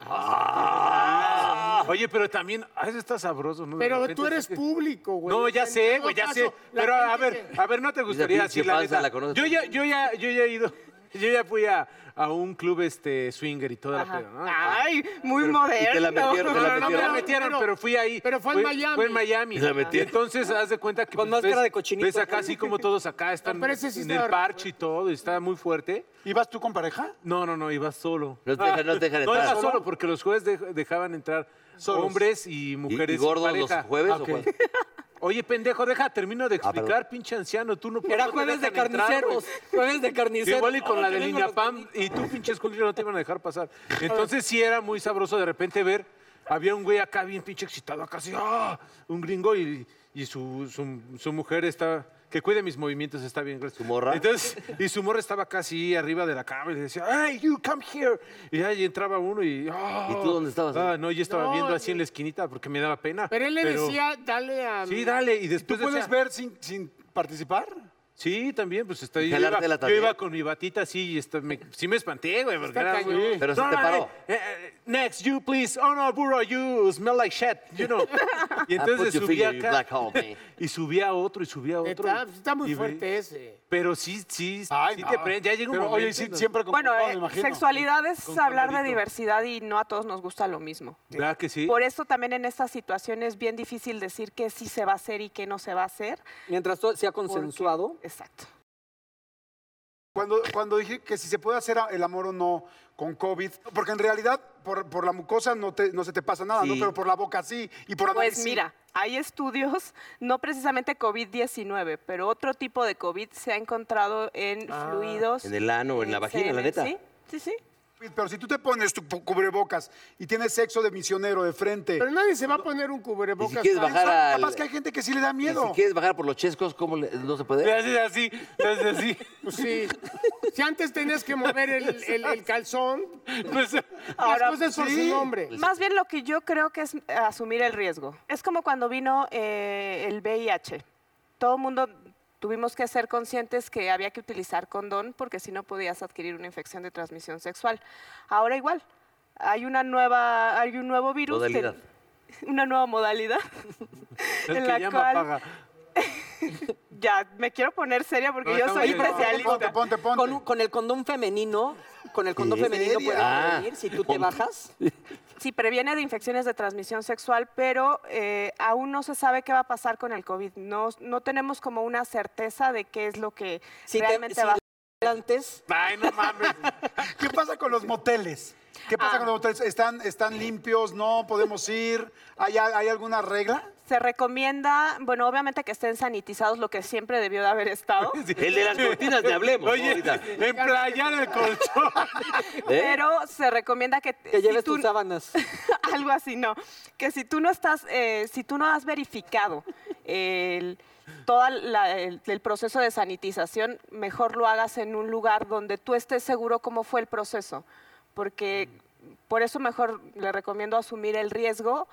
Speaker 7: Ah.
Speaker 2: Oye, pero también, a veces está sabroso, ¿no? De
Speaker 5: Pero
Speaker 2: repente
Speaker 5: tú eres
Speaker 2: sí que-
Speaker 5: público, güey.
Speaker 2: No, ya
Speaker 5: En
Speaker 2: sé,
Speaker 5: todo
Speaker 2: güey, ya
Speaker 5: caso,
Speaker 2: sé.
Speaker 5: la
Speaker 2: Pero a
Speaker 5: gente
Speaker 2: ver, a ver, no te gustaría
Speaker 4: pinche
Speaker 2: decir la
Speaker 4: panza
Speaker 2: neta.
Speaker 4: la conoces
Speaker 2: yo ya, yo ya, yo ya he ido, yo ya fui a, a un club este swinger y toda la peda,
Speaker 7: Ah,
Speaker 2: ¿no?
Speaker 7: Ay, muy moderno.
Speaker 4: te la metieron, te
Speaker 2: No,
Speaker 4: la
Speaker 2: no, no me
Speaker 4: metieron.
Speaker 2: la metieron, pero,
Speaker 5: pero-
Speaker 2: fui ahí.
Speaker 5: pero fue en Miami.
Speaker 2: Fue en Miami.
Speaker 4: Y la
Speaker 2: Y
Speaker 4: metieron.
Speaker 2: entonces haz de cuenta que
Speaker 1: Con
Speaker 2: pues,
Speaker 1: máscara
Speaker 2: ves-
Speaker 1: de cochinito.
Speaker 2: Ves acá así como todos acá están
Speaker 5: pero ese sí
Speaker 2: en
Speaker 5: está-
Speaker 2: el parche y todo, y está muy fuerte.
Speaker 3: ¿Ibas tú con pareja?
Speaker 2: No, no, no, iba solo.
Speaker 4: No te dejan- no te dejan
Speaker 2: No
Speaker 4: entrar.
Speaker 2: iba solo porque los jueves dej- dejaban entrar
Speaker 3: Solos.
Speaker 2: hombres y
Speaker 4: ¿Y,
Speaker 2: mujeres
Speaker 4: y gordos
Speaker 2: sin
Speaker 4: los
Speaker 2: pareja.
Speaker 4: jueves
Speaker 2: Ah,
Speaker 4: o
Speaker 2: ok.
Speaker 4: cuál?
Speaker 2: Oye, pendejo, deja, termino de
Speaker 4: Ah, perdón.
Speaker 2: explicar, pinche anciano, tú no por
Speaker 1: Era
Speaker 2: no te
Speaker 1: jueves de
Speaker 2: dejan entrar,
Speaker 1: carniceros.
Speaker 2: güey.
Speaker 1: jueves de carniceros.
Speaker 2: Igual y con
Speaker 1: Ah,
Speaker 2: la
Speaker 1: que
Speaker 2: del
Speaker 1: vengan los
Speaker 2: Inapam y tú, pinches culero, no te iban a dejar pasar. Entonces sí era muy sabroso de repente ver, había un güey acá bien pinche excitado, acá así, ¡ah! Un gringo y, y su, su- su mujer está... Que cuide mis movimientos, está bien, gracias.
Speaker 4: ¿Su morra?
Speaker 2: Entonces, y su morra estaba casi arriba de la cama y le decía, ¡Hey, you come here! Y ahí entraba uno y. ah.
Speaker 4: ¿Y tú dónde estabas?
Speaker 2: Ah, no, yo estaba
Speaker 5: No,
Speaker 2: viendo así
Speaker 5: yo-
Speaker 2: en la esquinita porque me daba pena.
Speaker 5: Pero él le decía, dale a...
Speaker 2: Sí, dale. Y
Speaker 3: ¿Tú
Speaker 2: después
Speaker 3: puedes
Speaker 2: decía,
Speaker 3: ver sin, sin participar?
Speaker 2: Sí, también, pues estoy. Yo
Speaker 4: Jalártela
Speaker 2: iba, yo
Speaker 4: también.
Speaker 2: iba con mi batita así y esta- me- sí me espanté, güey. Porque
Speaker 5: Está
Speaker 2: era,
Speaker 5: cañón.
Speaker 2: güey,
Speaker 4: Pero se te
Speaker 2: no,
Speaker 4: paró.
Speaker 2: eh, eh, next, you please. Oh no, burro, you smell like shit. You know. Y
Speaker 4: put
Speaker 2: entonces
Speaker 4: your
Speaker 2: subía
Speaker 4: finger in
Speaker 2: acá.
Speaker 4: black hole, man.
Speaker 2: y subía otro y subía otro.
Speaker 5: Está, está muy
Speaker 2: y ve-
Speaker 5: fuerte ese.
Speaker 2: Pero sí, sí,
Speaker 3: Ay,
Speaker 2: sí
Speaker 3: no.
Speaker 2: te prende. Ya llega un
Speaker 3: Pero,
Speaker 2: momento.
Speaker 3: Oye, sí,
Speaker 2: en
Speaker 3: siempre con
Speaker 7: Bueno,
Speaker 3: cuidado,
Speaker 7: eh,
Speaker 3: me imagino.
Speaker 7: sexualidad es
Speaker 2: Con
Speaker 7: hablar de
Speaker 2: palito.
Speaker 7: diversidad y no a todos nos gusta lo mismo.
Speaker 2: donde- ¿Verdad que sí?
Speaker 7: Por eso también en esta situación es bien difícil decir qué sí se va a hacer y qué no se va a hacer.
Speaker 1: Mientras todo sea
Speaker 7: porque-
Speaker 1: consensuado.
Speaker 7: Exacto.
Speaker 3: Cuando, cuando dije que si se puede hacer el amor o no con COVID, porque en realidad por, por la mucosa no, te, no se te pasa nada, ¿no?
Speaker 4: Sí.
Speaker 3: Pero por la boca sí y por la nariz
Speaker 7: Pues
Speaker 3: sí.
Speaker 7: mira, hay estudios, no precisamente COVID-19, pero otro tipo de COVID se ha encontrado en fluidos.
Speaker 4: Ah, En el ano, en la vagina, la
Speaker 7: semen,
Speaker 4: neta.
Speaker 7: Sí, sí, sí.
Speaker 3: Pero si tú te pones tu pu- cubrebocas y tienes sexo de misionero de frente,
Speaker 5: Pero nadie se va a poner un cubrebocas.
Speaker 4: ¿Y si quieres
Speaker 5: tal-
Speaker 4: bajar a-
Speaker 3: capaz
Speaker 4: al-
Speaker 3: que hay gente que sí le da
Speaker 4: Y
Speaker 3: miedo.
Speaker 4: si quieres bajar por los chescos, ¿cómo le- no se
Speaker 2: Le
Speaker 4: puede?
Speaker 2: haces así, le haces así.
Speaker 5: Pues sí. Si antes tenías que mover el, el- el calzón,
Speaker 2: Pues,
Speaker 5: las cosas por su nombre.
Speaker 7: Más bien lo que yo creo que es eh, asumir el riesgo. Es como cuando vino eh, el VIH. Todo el mundo tuvimos que ser conscientes que había que utilizar condón porque si no podías adquirir una infección de transmisión sexual. Ahora igual, hay una nueva, hay un nuevo virus. que-
Speaker 4: Modalidad.
Speaker 7: una nueva modalidad.
Speaker 2: el
Speaker 7: en
Speaker 2: que
Speaker 7: la
Speaker 2: llama
Speaker 7: cual
Speaker 2: paga.
Speaker 7: ya me quiero poner seria porque
Speaker 2: No,
Speaker 7: yo
Speaker 2: está
Speaker 7: soy
Speaker 2: bien, no,
Speaker 3: Ponte,
Speaker 7: especialista.
Speaker 3: ponte, ponte.
Speaker 1: Con, un- con el condón femenino, con el condón
Speaker 4: ¿Qué?
Speaker 1: femenino puedes
Speaker 4: Ah.
Speaker 1: prevenir si tú te bajas.
Speaker 7: Sí, previene de infecciones de transmisión sexual, pero eh, aún no se sabe qué va a pasar con el COVID. No, no tenemos como una certeza de qué es lo que
Speaker 1: Si
Speaker 7: realmente
Speaker 1: te si
Speaker 7: va a
Speaker 1: antes,
Speaker 2: Ay, no mames.
Speaker 3: ¿Qué pasa con los moteles? ¿Qué pasa
Speaker 7: Ah.
Speaker 3: con los moteles? ¿Están, ¿Están limpios? ¿No podemos ir? ¿Hay, a- hay alguna regla?
Speaker 7: Se recomienda, bueno, obviamente que estén sanitizados, lo que siempre debió de haber estado,
Speaker 4: El de las cortinas, de hablemos. ¿no?
Speaker 2: Oye,
Speaker 4: Ahorita.
Speaker 2: emplayar el colchón.
Speaker 4: ¿Eh?
Speaker 7: pero se recomienda que...
Speaker 1: que
Speaker 7: si
Speaker 1: lleves
Speaker 7: tú-
Speaker 1: tus sábanas.
Speaker 7: algo así, no. Que si tú no estás, eh, si tú no has verificado el, todo el, el proceso de sanitización, mejor lo hagas en un lugar donde tú estés seguro cómo fue el proceso. Porque por eso mejor le recomiendo asumir el riesgo.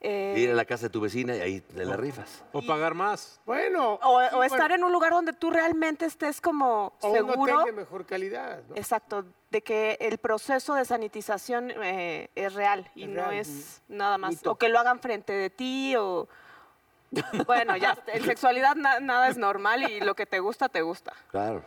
Speaker 7: eh,
Speaker 4: Ir a la casa de tu vecina y ahí te la rifas.
Speaker 2: O pagar más.
Speaker 5: Bueno.
Speaker 7: o,
Speaker 5: sí,
Speaker 7: o
Speaker 5: bueno,
Speaker 7: estar en un lugar donde tú realmente estés como
Speaker 5: o un
Speaker 7: seguro.
Speaker 5: hotel de mejor calidad. ¿no?
Speaker 7: Exacto, de que el proceso de sanitización eh, es real y
Speaker 5: Es
Speaker 7: no
Speaker 5: real,
Speaker 7: es nada más.
Speaker 1: Mito.
Speaker 7: O que lo hagan frente de ti o... Bueno, ya, en sexualidad na- nada es normal y lo que te gusta, te gusta.
Speaker 4: Claro.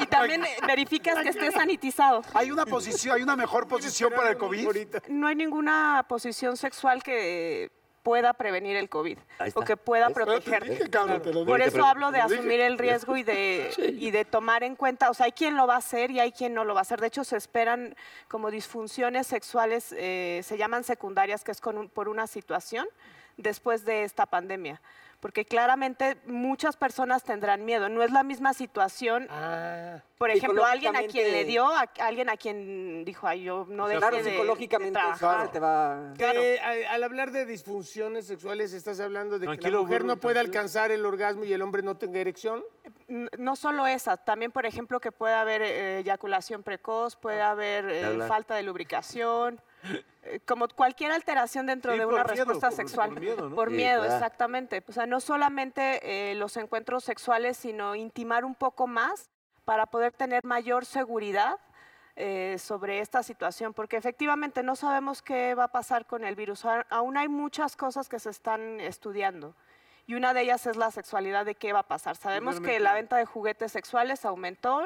Speaker 7: Y también eh, verificas que esté sanitizado.
Speaker 3: ¿Hay una posición, hay una mejor posición para el COVID?
Speaker 7: No hay ninguna posición sexual que pueda prevenir el COVID
Speaker 4: Ahí está.
Speaker 7: o que pueda
Speaker 4: ¿Ves?
Speaker 7: protegerte.
Speaker 3: cabrón, te lo
Speaker 7: Por
Speaker 4: Ahorita
Speaker 7: eso
Speaker 4: pregun-
Speaker 7: hablo de asumir el riesgo y de, y de tomar en cuenta, o sea, hay quien lo va a hacer y hay quien no lo va a hacer. De hecho, se esperan como disfunciones sexuales, eh, se llaman secundarias, que es con un- por una situación después de esta pandemia. Porque claramente muchas personas tendrán miedo. No es la misma situación,
Speaker 5: Ah.
Speaker 7: por ejemplo, alguien a quien le
Speaker 1: Psicológicamente-
Speaker 7: dio, a alguien a quien dijo, ay, yo no dejé
Speaker 1: Claro,
Speaker 7: de- de
Speaker 1: psicológicamente eso
Speaker 7: trabajar".
Speaker 1: se te va.
Speaker 5: Eh, al- al hablar de disfunciones sexuales, estás hablando de que la
Speaker 2: Tranquilo,
Speaker 5: mujer
Speaker 2: burro,
Speaker 5: no puede
Speaker 2: tranquilo.
Speaker 5: alcanzar el orgasmo y el hombre no tenga erección.
Speaker 7: N- No solo esa, también, por ejemplo, que puede haber eh, eyaculación precoz, puede
Speaker 4: Ah,
Speaker 7: haber eh,
Speaker 4: hablar.
Speaker 7: falta de lubricación, eh, como cualquier alteración dentro
Speaker 2: Sí,
Speaker 7: de
Speaker 2: por
Speaker 7: una
Speaker 2: miedo,
Speaker 7: respuesta
Speaker 2: por-
Speaker 7: sexual.
Speaker 2: por miedo, ¿no?
Speaker 4: Sí,
Speaker 7: miedo,
Speaker 4: claro.
Speaker 7: exactamente. O sea, no solamente eh, los encuentros sexuales, sino intimar un poco más para poder tener mayor seguridad eh, sobre esta situación, porque efectivamente no sabemos qué va a pasar con el virus. A- Aún hay muchas cosas que se están estudiando. Y una de ellas es la sexualidad, de qué va a pasar. Sabemos que la venta de juguetes sexuales aumentó,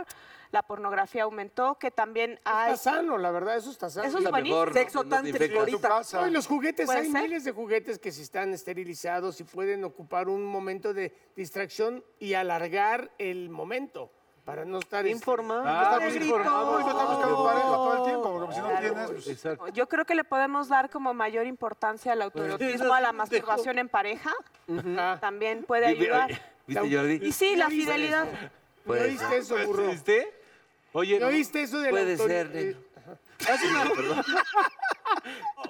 Speaker 7: la pornografía aumentó, que también hay...
Speaker 5: Está sano, la verdad, eso está sano.
Speaker 7: Eso es
Speaker 4: la
Speaker 7: buenísimo.
Speaker 4: mejor,
Speaker 1: Sexo
Speaker 4: no te
Speaker 1: tántrico
Speaker 4: infectas.
Speaker 3: En tu
Speaker 1: ahorita.
Speaker 3: casa.
Speaker 5: No, y los juguetes,
Speaker 7: ¿Puede
Speaker 5: hay
Speaker 7: ser?
Speaker 5: miles de juguetes que si están esterilizados y pueden ocupar un momento de distracción y alargar el momento para no estar...
Speaker 6: Informal.
Speaker 5: este,
Speaker 2: Ah,
Speaker 5: no estar
Speaker 2: pues
Speaker 5: muy-
Speaker 2: informado.
Speaker 3: Uy, no está buscando pareja todo el tiempo, porque si no tienes, pues,
Speaker 2: Exacto.
Speaker 7: Yo creo que le podemos dar como mayor importancia al autoerotismo, a la masturbación en pareja. También puede
Speaker 4: Vi- vi-
Speaker 7: ayudar.
Speaker 4: ¿Viste, Jordi?
Speaker 7: Y sí, la fidelidad.
Speaker 5: ¿No
Speaker 4: Puede
Speaker 5: oíste
Speaker 4: ser.
Speaker 5: eso, burro?
Speaker 2: ¿Viste? Oye,
Speaker 5: ¿No
Speaker 2: no-
Speaker 5: oíste eso eh, de la
Speaker 4: Puede
Speaker 5: autori-
Speaker 4: ser, negro. Perdón.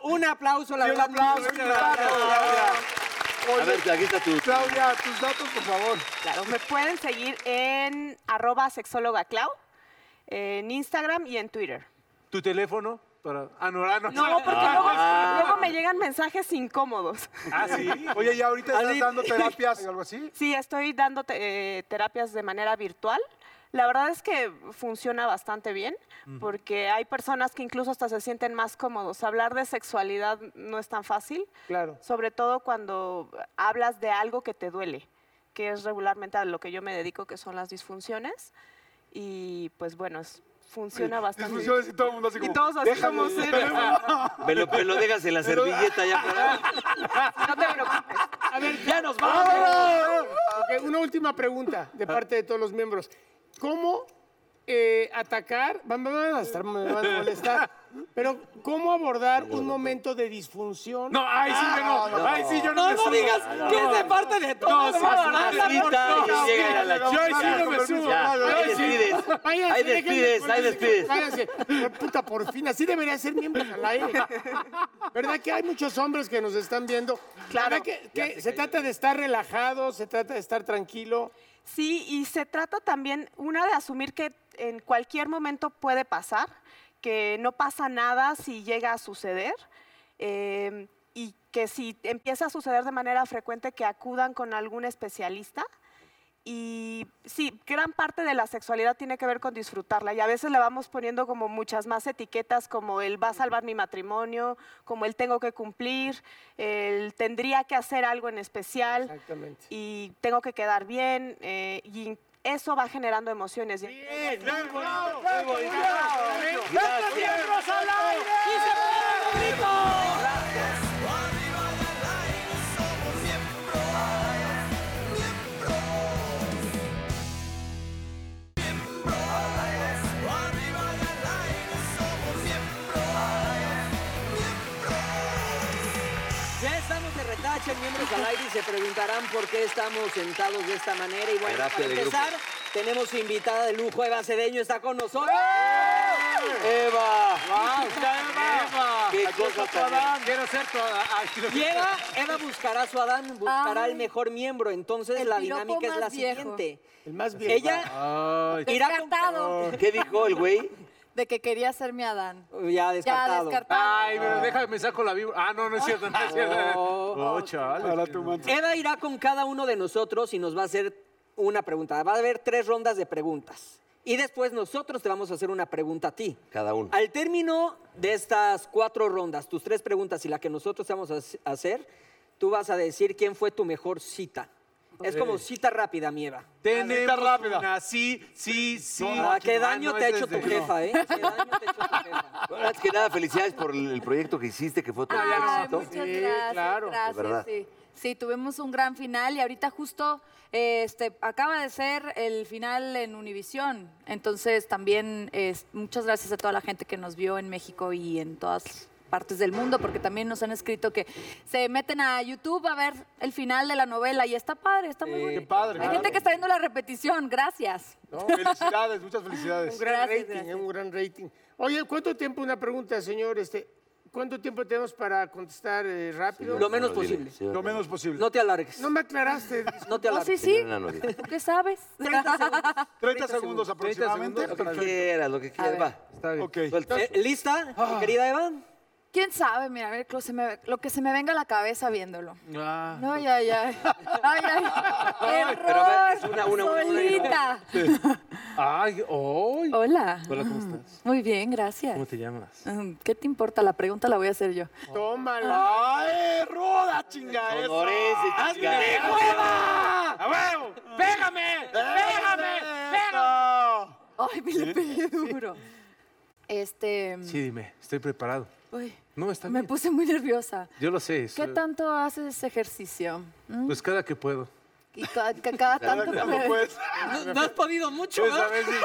Speaker 1: Un aplauso, la verdad.
Speaker 3: aplauso, claro, Claudia.
Speaker 4: A ver, aquí está tu...
Speaker 3: Claudia, tus datos, por favor.
Speaker 7: Claro, me pueden seguir en arroba sexóloga Clau, en Instagram y en Twitter.
Speaker 2: tu teléfono para... Ah, no, ah, no.
Speaker 7: No, porque luego, luego me llegan mensajes incómodos.
Speaker 2: Ah, sí.
Speaker 3: Oye, ¿y ahorita estás dando terapias o algo así?
Speaker 7: Sí, estoy dando te- eh, terapias de manera virtual. La verdad es que funciona bastante bien porque hay personas que incluso hasta se sienten más cómodos. Hablar de sexualidad no es tan fácil,
Speaker 5: Claro.
Speaker 7: sobre todo cuando hablas de algo que te duele, que es regularmente a lo que yo me dedico, que son las disfunciones. Y pues bueno, es- funciona bastante bien.
Speaker 3: Disfunciones y todo el mundo así
Speaker 7: Y
Speaker 3: como...
Speaker 7: todos así como sí,
Speaker 4: Me lo, me lo dejas en la servilleta ya para...
Speaker 7: No te preocupes.
Speaker 5: A ver,
Speaker 4: ¡Ya nos vamos! ¡Ah!
Speaker 5: Ok, una última pregunta de parte de todos los miembros. ¿Cómo eh, atacar? Van, van a estar, me van a molestar. Pero, ¿cómo abordar un momento de disfunción?
Speaker 2: No, ay, sí, yo no. Ay, sí, yo no.
Speaker 1: No, no digas que es de parte de todos.
Speaker 2: No, sí,
Speaker 1: ¿verdad?
Speaker 2: sí, sí.
Speaker 4: Ahorita y llegan a la
Speaker 2: Yo ahí sí
Speaker 4: chica.
Speaker 2: no me subo.
Speaker 4: Ya,
Speaker 2: Yo
Speaker 4: ahí
Speaker 2: ahí sí.
Speaker 4: despides.
Speaker 5: Váyanse,
Speaker 4: Ahí
Speaker 5: déjenme
Speaker 4: despides,
Speaker 5: con
Speaker 4: ahí
Speaker 5: los-
Speaker 4: despides.
Speaker 5: Váyanse. Por Puta, por fin. Así debería ser miembros al aire. ¿Verdad que hay muchos hombres que nos están viendo? Claro. Que, que se trata de estar relajado, se trata de estar tranquilo.
Speaker 7: Sí, y se trata también, una, de asumir que en cualquier momento puede pasar, que no pasa nada si llega a suceder, eh, y que si empieza a suceder de manera frecuente, que acudan con algún especialista. Y sí, gran parte de la sexualidad tiene que ver con disfrutarla y a veces le vamos poniendo como muchas más etiquetas como el va a salvar mi matrimonio, como el tengo que cumplir, el tendría que hacer algo en especial
Speaker 5: Exactamente.
Speaker 7: y tengo que quedar bien eh, y eso va generando emociones.
Speaker 1: Ya estamos de retache en Miembros al Aire y se preguntarán por qué estamos sentados de esta manera. Y bueno,
Speaker 4: Terapia
Speaker 1: para
Speaker 4: de
Speaker 1: empezar, tenemos invitada de lujo, Eva Cedeño está con nosotros.
Speaker 4: ¡Eva!
Speaker 2: Ah,
Speaker 4: ¡Qué
Speaker 2: Aquí
Speaker 4: cosa
Speaker 2: está tu
Speaker 4: tan...
Speaker 2: Adán. Quiero ser tu Adán. Ay, sí, lo-
Speaker 1: Y Eva, Eva buscará a su Adán, buscará
Speaker 8: Ay.
Speaker 1: el mejor miembro. Entonces
Speaker 8: El
Speaker 1: la
Speaker 8: piropo
Speaker 1: dinámica es
Speaker 8: más
Speaker 1: la
Speaker 8: viejo.
Speaker 1: siguiente.
Speaker 5: El más bien.
Speaker 1: Ella
Speaker 2: Ay,
Speaker 1: irá con-
Speaker 8: Descartado
Speaker 4: ¿Qué dijo el güey?
Speaker 8: de que quería ser mi Adán.
Speaker 1: Ya
Speaker 8: Ya
Speaker 1: descartado.
Speaker 8: descartado.
Speaker 2: Ay, pero déjame, me saco la vibra. Ah, no, no es cierto, no es cierto. Oh, chale.
Speaker 3: Ahora tú mandas.
Speaker 1: Eva irá con cada uno de nosotros y nos va a hacer una pregunta. Va a haber tres rondas de preguntas. Y después nosotros te vamos a hacer una pregunta a ti.
Speaker 4: Cada uno.
Speaker 1: Al término de estas cuatro rondas, tus tres preguntas y la que nosotros te vamos a hac- hacer, tú vas a decir quién fue tu mejor cita. Es como cita rápida, mi Eva.
Speaker 2: Tenemos
Speaker 3: rápida.
Speaker 2: una sí, sí, sí.
Speaker 1: Ah, qué daño
Speaker 2: Ah, no,
Speaker 1: te ha
Speaker 2: ese
Speaker 1: hecho
Speaker 2: es de-
Speaker 1: tu jefa, ¿eh? Qué daño te ha hecho tu jefa.
Speaker 4: Bueno, antes que nada, felicidades por el el proyecto que hiciste, que fue todo un
Speaker 8: Ay,
Speaker 4: éxito.
Speaker 8: muchas gracias,
Speaker 5: claro.
Speaker 4: De verdad.
Speaker 8: gracias. Sí. Sí, tuvimos un gran final y ahorita justo eh, este, acaba de ser el final en Univisión. Entonces también es- muchas gracias a toda la gente que nos vio en México y en todas partes del mundo, porque también nos han escrito que se meten a YouTube a ver el final de la novela y está padre, está muy bonito. Hay
Speaker 3: padre, claro.
Speaker 8: gente que está viendo la repetición, gracias.
Speaker 3: No, Felicidades, muchas
Speaker 5: Un
Speaker 3: felicidades.
Speaker 5: gran
Speaker 8: Gracias,
Speaker 5: rating,
Speaker 8: gracias.
Speaker 5: eh, un gran rating. Oye, ¿cuánto tiempo, una pregunta, señor? Este, ¿Cuánto tiempo tenemos para contestar eh, rápido?
Speaker 1: Lo menos
Speaker 4: Bueno, dile,
Speaker 1: posible.
Speaker 4: sí,
Speaker 3: Lo menos posible.
Speaker 1: No te alargues.
Speaker 5: No me aclaraste. disculpa.
Speaker 1: No te
Speaker 8: No, sí,
Speaker 1: alargues.
Speaker 8: sí.
Speaker 4: Señora Nori.
Speaker 8: ¿Tú qué sabes?
Speaker 3: 30 segundos aproximadamente.
Speaker 2: segundos.
Speaker 4: Lo que quieras, lo que quieras, va.
Speaker 2: Está bien.
Speaker 3: Ok.
Speaker 4: Suelta.
Speaker 1: Eh, ¿Lista, mi querida Eva?
Speaker 8: ¿Quién sabe? Mira, a ver, lo, se me- lo que se me venga a la cabeza viéndolo.
Speaker 2: Ah,
Speaker 8: No, ya, ya. Ay, ay.
Speaker 4: pero a ver,
Speaker 8: Error.
Speaker 4: es una, una, una, una,
Speaker 8: Solita.
Speaker 2: Ay, hoy.
Speaker 8: Hola.
Speaker 2: Hola, ¿cómo estás?
Speaker 8: Muy bien, gracias.
Speaker 2: ¿Cómo te llamas?
Speaker 8: Mm, ¿Qué te importa? La pregunta la voy a hacer yo.
Speaker 5: Tómala. ¡Ay, ruda, chinga eso!
Speaker 2: ¡A huevo! ¡Pégame! ¡Pégame! Ah,
Speaker 8: Ay, me le pegué duro. Este,
Speaker 2: Sí, dime, estoy preparado.
Speaker 8: uy,
Speaker 2: No, está
Speaker 8: me
Speaker 2: bien.
Speaker 8: puse muy nerviosa.
Speaker 2: Yo lo sé.
Speaker 8: ¿Qué
Speaker 2: soy-
Speaker 8: tanto haces ejercicio? ¿Mm?
Speaker 2: Pues cada que puedo.
Speaker 8: ¿Y ca- ca- cada tanto?
Speaker 3: Pues,
Speaker 1: No, no has podido mucho,
Speaker 2: Pues a
Speaker 1: ¿verdad?
Speaker 2: veces,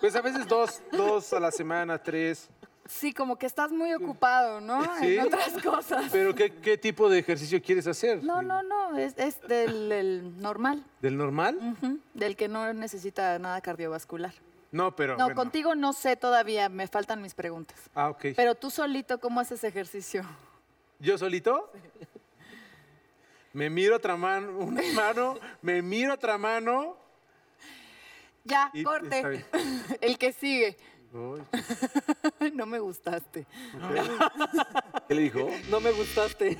Speaker 2: pues a veces dos, dos a la semana, tres.
Speaker 8: Sí, como que estás muy ocupado, ¿no?
Speaker 2: Sí.
Speaker 8: En otras cosas.
Speaker 2: Pero ¿qué, qué tipo de ejercicio quieres hacer?
Speaker 8: No, no, no, es, es del, del normal,
Speaker 2: ¿Del normal?
Speaker 8: ujú, del que no necesita nada cardiovascular.
Speaker 2: No, pero.
Speaker 8: No,
Speaker 2: Ah, bueno.
Speaker 8: contigo no sé todavía, me faltan mis preguntas.
Speaker 2: Ah, ok.
Speaker 8: Pero tú solito, ¿cómo haces ejercicio?
Speaker 2: ¿Yo solito? Me miro otra mano, una mano, me miro otra mano.
Speaker 8: Ya,
Speaker 2: Y- está
Speaker 8: corte.
Speaker 2: bien.
Speaker 8: El que sigue.
Speaker 2: Uy,
Speaker 8: No me gustaste.
Speaker 4: ¿Qué le dijo?
Speaker 1: No me gustaste.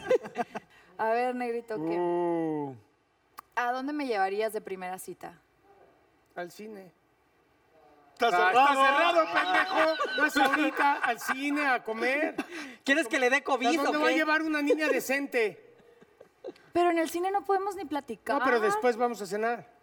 Speaker 8: A ver, negrito, ¿qué? ¿A dónde me llevarías de primera cita?
Speaker 5: Al cine. Ah,
Speaker 3: está cerrado.
Speaker 5: ¡Está cerrado, pendejo! No es ahorita, al cine, a comer.
Speaker 1: ¿Quieres que le dé
Speaker 5: ¿A
Speaker 1: COVID
Speaker 5: dónde
Speaker 1: o
Speaker 5: va a
Speaker 1: qué?
Speaker 5: llevar una niña decente?
Speaker 8: Pero en el cine no podemos ni platicar.
Speaker 5: No, pero después vamos a cenar.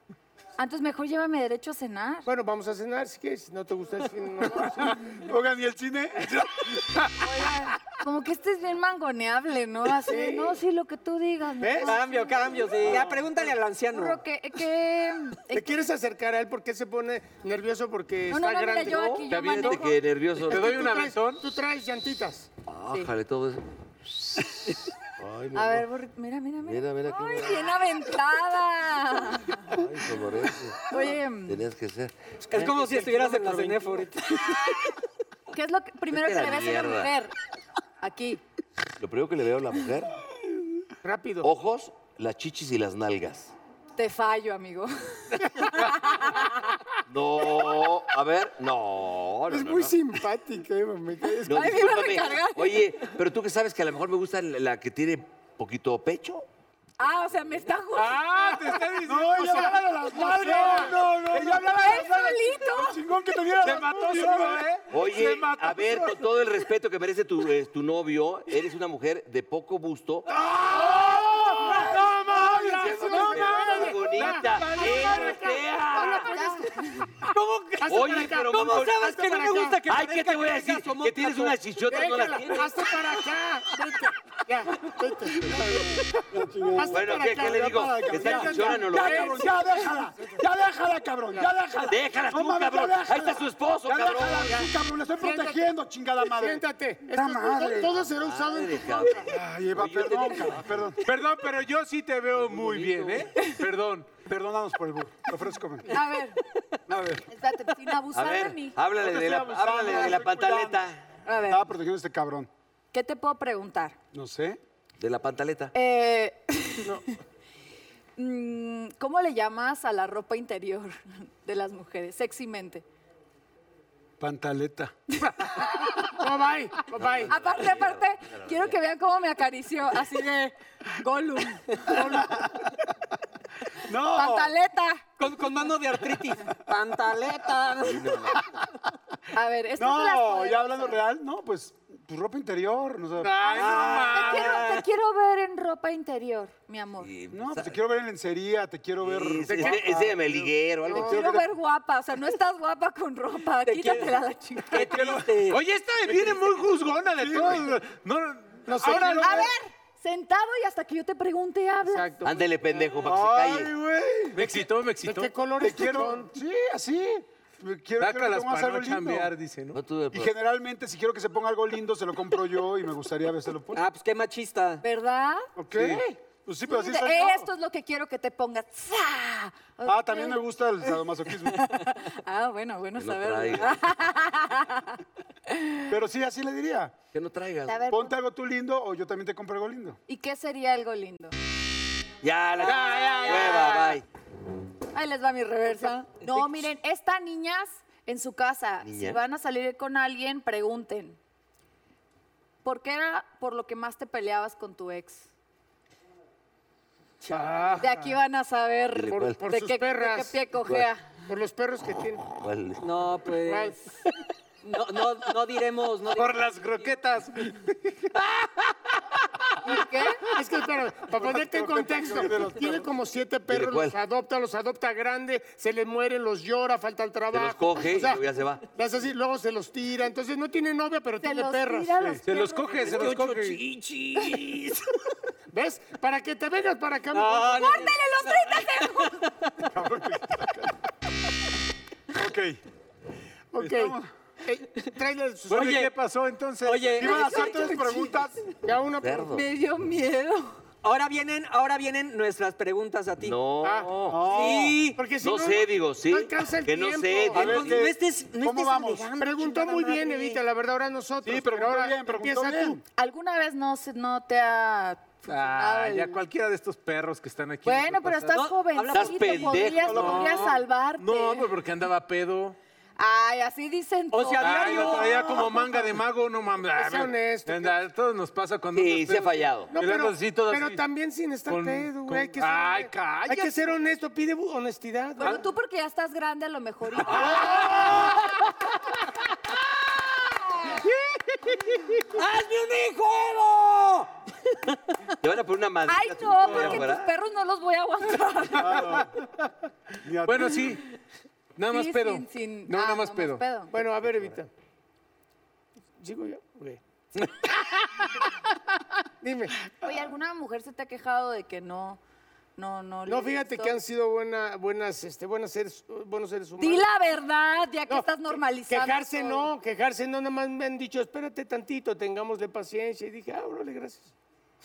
Speaker 8: Antes mejor llévame derecho a cenar.
Speaker 5: Bueno, vamos a cenar, si quieres. Si no te gusta el cine, no vamos.
Speaker 3: Oigan, ¿y el cine?
Speaker 8: Oigan, Como que este es bien mangoneable, ¿no? Así, de, no, sí, lo que tú digas. ¿no?
Speaker 5: ¿Ves?
Speaker 1: Cambio, cambio, sí. Ya, pregúntale al anciano.
Speaker 8: Burro, ¿qué- qué-
Speaker 5: ¿Te quieres acercar a él porque se pone nervioso porque
Speaker 8: No, no, no,
Speaker 5: está
Speaker 8: mira,
Speaker 5: grande?
Speaker 8: yo aquí, yo
Speaker 4: Fíjate
Speaker 8: manejo.
Speaker 4: que nervioso.
Speaker 2: ¿Te doy un
Speaker 5: traes-
Speaker 2: aventón?
Speaker 5: Tú traes llantitas.
Speaker 4: Ájale, todo eso. Ay, mi
Speaker 8: A
Speaker 4: amor.
Speaker 8: ver, burro, mira, mira, mira.
Speaker 4: Mira, mira qué
Speaker 8: Ay,
Speaker 4: bueno.
Speaker 8: bien aventada.
Speaker 4: Ay, Sonorense.
Speaker 8: Oye,
Speaker 4: Tenías que ser.
Speaker 1: Es como si estuvieras en la CENEF ahorita.
Speaker 8: ¿qué es lo que- primero que
Speaker 4: Vete
Speaker 8: le
Speaker 4: a la
Speaker 8: ves a una
Speaker 4: mierda.
Speaker 8: mujer? Aquí.
Speaker 4: Lo primero que le veo a la mujer,
Speaker 5: Rápido.
Speaker 4: ojos, las chichis y las nalgas.
Speaker 8: Te fallo, amigo.
Speaker 4: No, a ver, no. no,
Speaker 5: es
Speaker 4: no,
Speaker 5: muy
Speaker 4: no.
Speaker 5: simpática, eh, me caes.
Speaker 4: No,
Speaker 8: Ay, me iba a
Speaker 4: discúlpame.
Speaker 8: recargar.
Speaker 4: Oye, pero tú que sabes que a lo mejor me gusta la la que tiene poquito pecho.
Speaker 8: Ah, o sea, me está jugando.
Speaker 2: ¡Ah! ¡Te está diciendo!
Speaker 3: No, ella hablaba de las madres. No, no, no. Ella hablaba de
Speaker 8: ¡Él
Speaker 3: las madres.
Speaker 8: solito!
Speaker 3: Chingón que te diera
Speaker 2: ¡Te
Speaker 3: las
Speaker 2: mató
Speaker 3: novias,
Speaker 2: solo,
Speaker 3: güey.
Speaker 2: eh!
Speaker 4: Oye,
Speaker 2: Se mató
Speaker 4: a ver, con todo el respeto que merece tu, eh, tu novio, eres una mujer de poco busto.
Speaker 3: ¡Ah!
Speaker 2: ¡No mames! ¡No
Speaker 4: pero muy
Speaker 2: mames!
Speaker 4: bonita, Eh, europea.
Speaker 1: ¿Cómo, que-
Speaker 4: Oye, pero muy
Speaker 1: ¿Cómo
Speaker 4: bonita.
Speaker 1: sabes que no me gusta que
Speaker 4: Ay, ¿qué
Speaker 1: parezca
Speaker 4: te voy a
Speaker 1: que
Speaker 4: decir?
Speaker 1: tengas
Speaker 4: Que tienes
Speaker 1: homóplato?
Speaker 4: unas chichotas, no las
Speaker 5: Déjala,
Speaker 4: tienes.
Speaker 5: hazte para acá. Vete. Ya, vete. Hazte
Speaker 4: Bueno,
Speaker 5: para
Speaker 4: ¿qué,
Speaker 5: acá.
Speaker 4: qué le digo?
Speaker 3: para acá,
Speaker 4: Que
Speaker 3: ya,
Speaker 4: está
Speaker 3: ya,
Speaker 4: chichona, no lo
Speaker 3: Ya,
Speaker 4: ves.
Speaker 3: cabrón, ya déjala. Ya déjala, cabrón. Ya déjala.
Speaker 4: Déjala
Speaker 3: No
Speaker 4: tú,
Speaker 3: mames, ya
Speaker 4: cabrón.
Speaker 3: déjala.
Speaker 4: Ahí está su esposo,
Speaker 3: Ya
Speaker 4: cabrón.
Speaker 3: déjala, sí, cabrón. La estoy protegiendo, chingada madre.
Speaker 5: Siéntate. Esto
Speaker 3: Está
Speaker 5: es-
Speaker 3: madre.
Speaker 5: Todo será usado en
Speaker 4: Madre,
Speaker 5: tu
Speaker 4: cabrón.
Speaker 3: Ay, Eva, perdón, cabrón, perdón.
Speaker 2: Perdón, pero yo sí te veo muy bien, ¿eh? Perdón.
Speaker 3: Perdónanos por el burro. Ofrezco. comer.
Speaker 8: A ver,
Speaker 3: A ver.
Speaker 8: espérate, sin
Speaker 4: A
Speaker 8: abusar de
Speaker 4: ver,
Speaker 8: mí.
Speaker 4: háblale
Speaker 3: No te
Speaker 4: de la,
Speaker 3: estoy abusando,
Speaker 4: háblale de
Speaker 3: te
Speaker 4: la
Speaker 3: estoy cuidando.
Speaker 4: pantaleta.
Speaker 8: A ver,
Speaker 3: Estaba protegiendo a este cabrón.
Speaker 8: ¿qué te puedo preguntar?
Speaker 3: No sé.
Speaker 4: De la pantaleta.
Speaker 8: Eh, mm, ¿Cómo le llamas a la ropa interior de las mujeres? Sexymente.
Speaker 3: Pantaleta.
Speaker 5: No, bye, no, bye.
Speaker 8: Aparte, aparte, quiero que vean cómo me acarició, así de Gollum. Gollum.
Speaker 3: No.
Speaker 8: Pantaleta.
Speaker 1: Con, con mano de artritis. Pantaleta.
Speaker 8: A ver, esto es
Speaker 3: No, ya hablando real, no, pues tu ropa interior. No, sé.
Speaker 8: Te quiero, te quiero ver en ropa interior, mi amor.
Speaker 4: Y-
Speaker 3: No, pues te quiero ver en lencería, te quiero ver.
Speaker 4: Es, es de- es de meliguero, algo
Speaker 8: Te
Speaker 4: así.
Speaker 8: quiero ver guapa, o sea, no estás guapa con ropa, quítatela a la chingada.
Speaker 1: Qué triste.
Speaker 2: Oye, esta viene muy juzgona de todo. No, ah, no sé. Ahora,
Speaker 8: A ver, sentado y hasta que yo te pregunte, habla.
Speaker 5: Exacto.
Speaker 4: Ándale, pendejo, para que se
Speaker 3: Ay,
Speaker 4: calle.
Speaker 3: güey.
Speaker 2: me excitó, me
Speaker 5: ¿De
Speaker 2: excitó.
Speaker 5: qué color
Speaker 3: Te
Speaker 5: es tu
Speaker 3: quiero.
Speaker 5: chon?
Speaker 3: Sí, así. Quiero- Quiero que
Speaker 2: Sácalas
Speaker 3: pongas
Speaker 2: para
Speaker 3: algo
Speaker 2: no
Speaker 3: lindo.
Speaker 2: chambear, dice, ¿no?
Speaker 4: No tuve
Speaker 3: Y
Speaker 4: pro-
Speaker 3: generalmente, si quiero que se ponga algo lindo, se lo compro yo y me gustaría vérselo puesto.
Speaker 1: Ah, pues qué machista.
Speaker 8: ¿Verdad?
Speaker 3: ¿Ok? Pues sí, pero así
Speaker 8: De-
Speaker 3: soy yo.
Speaker 8: Esto es lo que quiero que te pongas. ¡Za!
Speaker 3: Ah, también me gusta el sadomasoquismo.
Speaker 8: Ah, bueno, bueno
Speaker 4: Que no
Speaker 8: saberlo.
Speaker 4: traigas.
Speaker 3: Pero sí, así le diría.
Speaker 4: Que no traigas.
Speaker 8: A ver,
Speaker 3: Ponte algo tú lindo o yo también te compro algo lindo.
Speaker 8: ¿y qué sería algo lindo?
Speaker 4: Ya, la hueva, bye.
Speaker 8: Ahí les va mi reversa. No, miren, esta niñas en su casa, si
Speaker 4: Niña.
Speaker 8: van a salir con alguien, pregunten. ¿Por qué era por lo que más te peleabas con tu ex? De aquí van a saber
Speaker 4: Dile cuál.
Speaker 5: Por
Speaker 8: de
Speaker 5: sus
Speaker 8: qué, Pues, de
Speaker 5: perras.
Speaker 8: qué pie cojea.
Speaker 5: Por los perros que tienen.
Speaker 4: ¿Cuál?
Speaker 1: No,
Speaker 5: ¿Cuál?
Speaker 1: pues. No, no, no diremos, no diremos.
Speaker 2: Por las croquetas.
Speaker 5: ¿Qué? Es que, espérame, para ponerte en contexto, tiene como siete perros,
Speaker 4: cuál?
Speaker 5: los adopta, los adopta grande, se les mueren, los llora, falta el trabajo.
Speaker 4: coge y luego ya se va.
Speaker 5: le hace así, luego se los tira, entonces no tiene novia, pero
Speaker 8: Se
Speaker 5: tiene
Speaker 8: los
Speaker 5: perros.
Speaker 8: tira a los
Speaker 2: Se los
Speaker 8: perros.
Speaker 2: coge, se los coge.
Speaker 4: Chichis.
Speaker 5: ¿Ves? Para que te vengas para acá.
Speaker 1: No, no, no.
Speaker 8: ¡Córtale los 30 segundos!
Speaker 3: Ok.
Speaker 5: mi- ok.
Speaker 3: estamos-
Speaker 5: Eh, tráele sus-
Speaker 2: Bueno, ¿y ¿qué pasó entonces?
Speaker 1: Oye,
Speaker 3: Iban a hacer tres preguntas.
Speaker 5: ya una por-
Speaker 4: Cerdo.
Speaker 8: Me dio miedo.
Speaker 1: ahora vienen, ahora vienen nuestras preguntas a ti.
Speaker 4: No.
Speaker 5: Ah,
Speaker 1: Sí.
Speaker 5: Porque si
Speaker 4: No
Speaker 5: no,
Speaker 4: sé, digo, sí.
Speaker 5: No alcanza el
Speaker 4: Que no
Speaker 5: tiempo.
Speaker 4: sé,
Speaker 5: A ver,
Speaker 1: Entonces,
Speaker 3: ¿qué?
Speaker 1: no estés, no
Speaker 3: ¿Cómo
Speaker 1: estés
Speaker 3: vamos?
Speaker 1: alegando,
Speaker 5: preguntó
Speaker 1: chingada
Speaker 5: muy bien,
Speaker 1: madre.
Speaker 5: Evita, la verdad, ahora nosotros.
Speaker 3: Sí,
Speaker 5: pero
Speaker 3: preguntó
Speaker 5: ahora
Speaker 3: bien, preguntó
Speaker 5: empieza
Speaker 3: bien.
Speaker 5: tú.
Speaker 8: ¿Alguna vez no, se- no te ha funcionado
Speaker 2: Ah,
Speaker 8: el-
Speaker 2: ya cualquiera de estos perros que están aquí.
Speaker 8: Bueno, pero estás
Speaker 1: No,
Speaker 8: joven.
Speaker 1: habla
Speaker 4: Estás pendejo.
Speaker 8: Podrías,
Speaker 4: No.
Speaker 8: podrías salvarte.
Speaker 2: No, pero porque andaba pedo.
Speaker 8: Ay, así dicen
Speaker 1: O sea,
Speaker 8: todos.
Speaker 2: Ay,
Speaker 1: diario.
Speaker 2: lo traía como manga de mago, no mames.
Speaker 5: Que sea honesto,
Speaker 2: Anda, Todos nos pasa cuando...
Speaker 4: Sí,
Speaker 2: unos
Speaker 4: se ha
Speaker 2: pedos-
Speaker 4: fallado.
Speaker 5: No,
Speaker 2: que andas
Speaker 5: pero,
Speaker 2: así, todo
Speaker 5: pero
Speaker 2: así.
Speaker 5: también sin estar
Speaker 2: Con-
Speaker 5: pedo, güey. Hay que
Speaker 2: con-
Speaker 5: ser,
Speaker 2: Ay,
Speaker 5: hay que ser honesto, pide bu- honestidad. güey.
Speaker 8: Bueno, tú porque ya estás grande a lo mejor. y-
Speaker 1: ¡Hazme un juego!
Speaker 4: Te van a poner una madre.
Speaker 8: Ay, no, porque tus perros no los voy a aguantar.
Speaker 2: Bueno, sí. Nada más
Speaker 8: Sí,
Speaker 2: pedo.
Speaker 8: sin- sin-
Speaker 2: No,
Speaker 8: ah,
Speaker 2: nada más pedo.
Speaker 5: Bueno, a ver, Evita. ¿Sigo yo? Ok. Dime.
Speaker 8: Oye, ¿alguna mujer se te ha quejado de que no, no, no? le
Speaker 5: No, fíjate
Speaker 8: gustó?
Speaker 5: que han sido buena- buenas, este, buenas seres, buenos seres humanos.
Speaker 8: Di la verdad, ya que
Speaker 5: No,
Speaker 8: estás
Speaker 5: que-
Speaker 8: normalizando.
Speaker 5: Quejarse no, quejarse no, nada más me han dicho, espérate tantito, tengámosle paciencia. Y dije, ah, órale, gracias.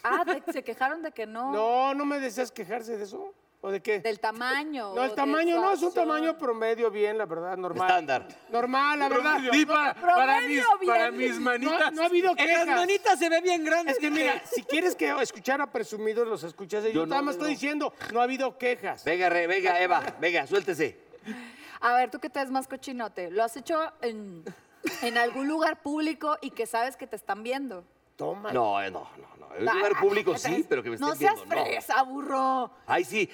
Speaker 8: Ah, de- se quejaron de que no.
Speaker 5: No, no me deseas quejarse de eso. ¿O de qué?
Speaker 8: Del tamaño.
Speaker 5: no,
Speaker 8: o
Speaker 5: el
Speaker 8: de
Speaker 5: tamaño
Speaker 8: su
Speaker 5: no, es un
Speaker 8: acción.
Speaker 5: tamaño promedio bien, la verdad, normal.
Speaker 4: Estándar.
Speaker 5: Normal, la verdad.
Speaker 2: Sí, para, para, mis,
Speaker 8: Promedio,
Speaker 2: para
Speaker 8: bien.
Speaker 2: mis
Speaker 5: No,
Speaker 2: manitas.
Speaker 5: no ha habido
Speaker 1: En las
Speaker 5: quejas.
Speaker 1: manitas se ve bien grande.
Speaker 5: Es que mira, si quieres que escuchar a presumidos, los escuchas. Yo,
Speaker 4: Yo no,
Speaker 5: nada más
Speaker 4: yo
Speaker 5: estoy
Speaker 4: no.
Speaker 5: diciendo, no ha habido quejas.
Speaker 4: Venga, re, venga, Eva, venga, suéltese.
Speaker 8: A ver, tú que te ves más cochinote, ¿lo has hecho en, en algún lugar público y que sabes que te están viendo? Ah,
Speaker 5: Toma.
Speaker 4: No, eh, no, no, no. En un
Speaker 8: Ay,
Speaker 4: lugar público
Speaker 8: ay,
Speaker 4: sí, pero que me estén
Speaker 8: No seas
Speaker 4: viendo, no.
Speaker 8: fresa, burro.
Speaker 4: Ay, sí.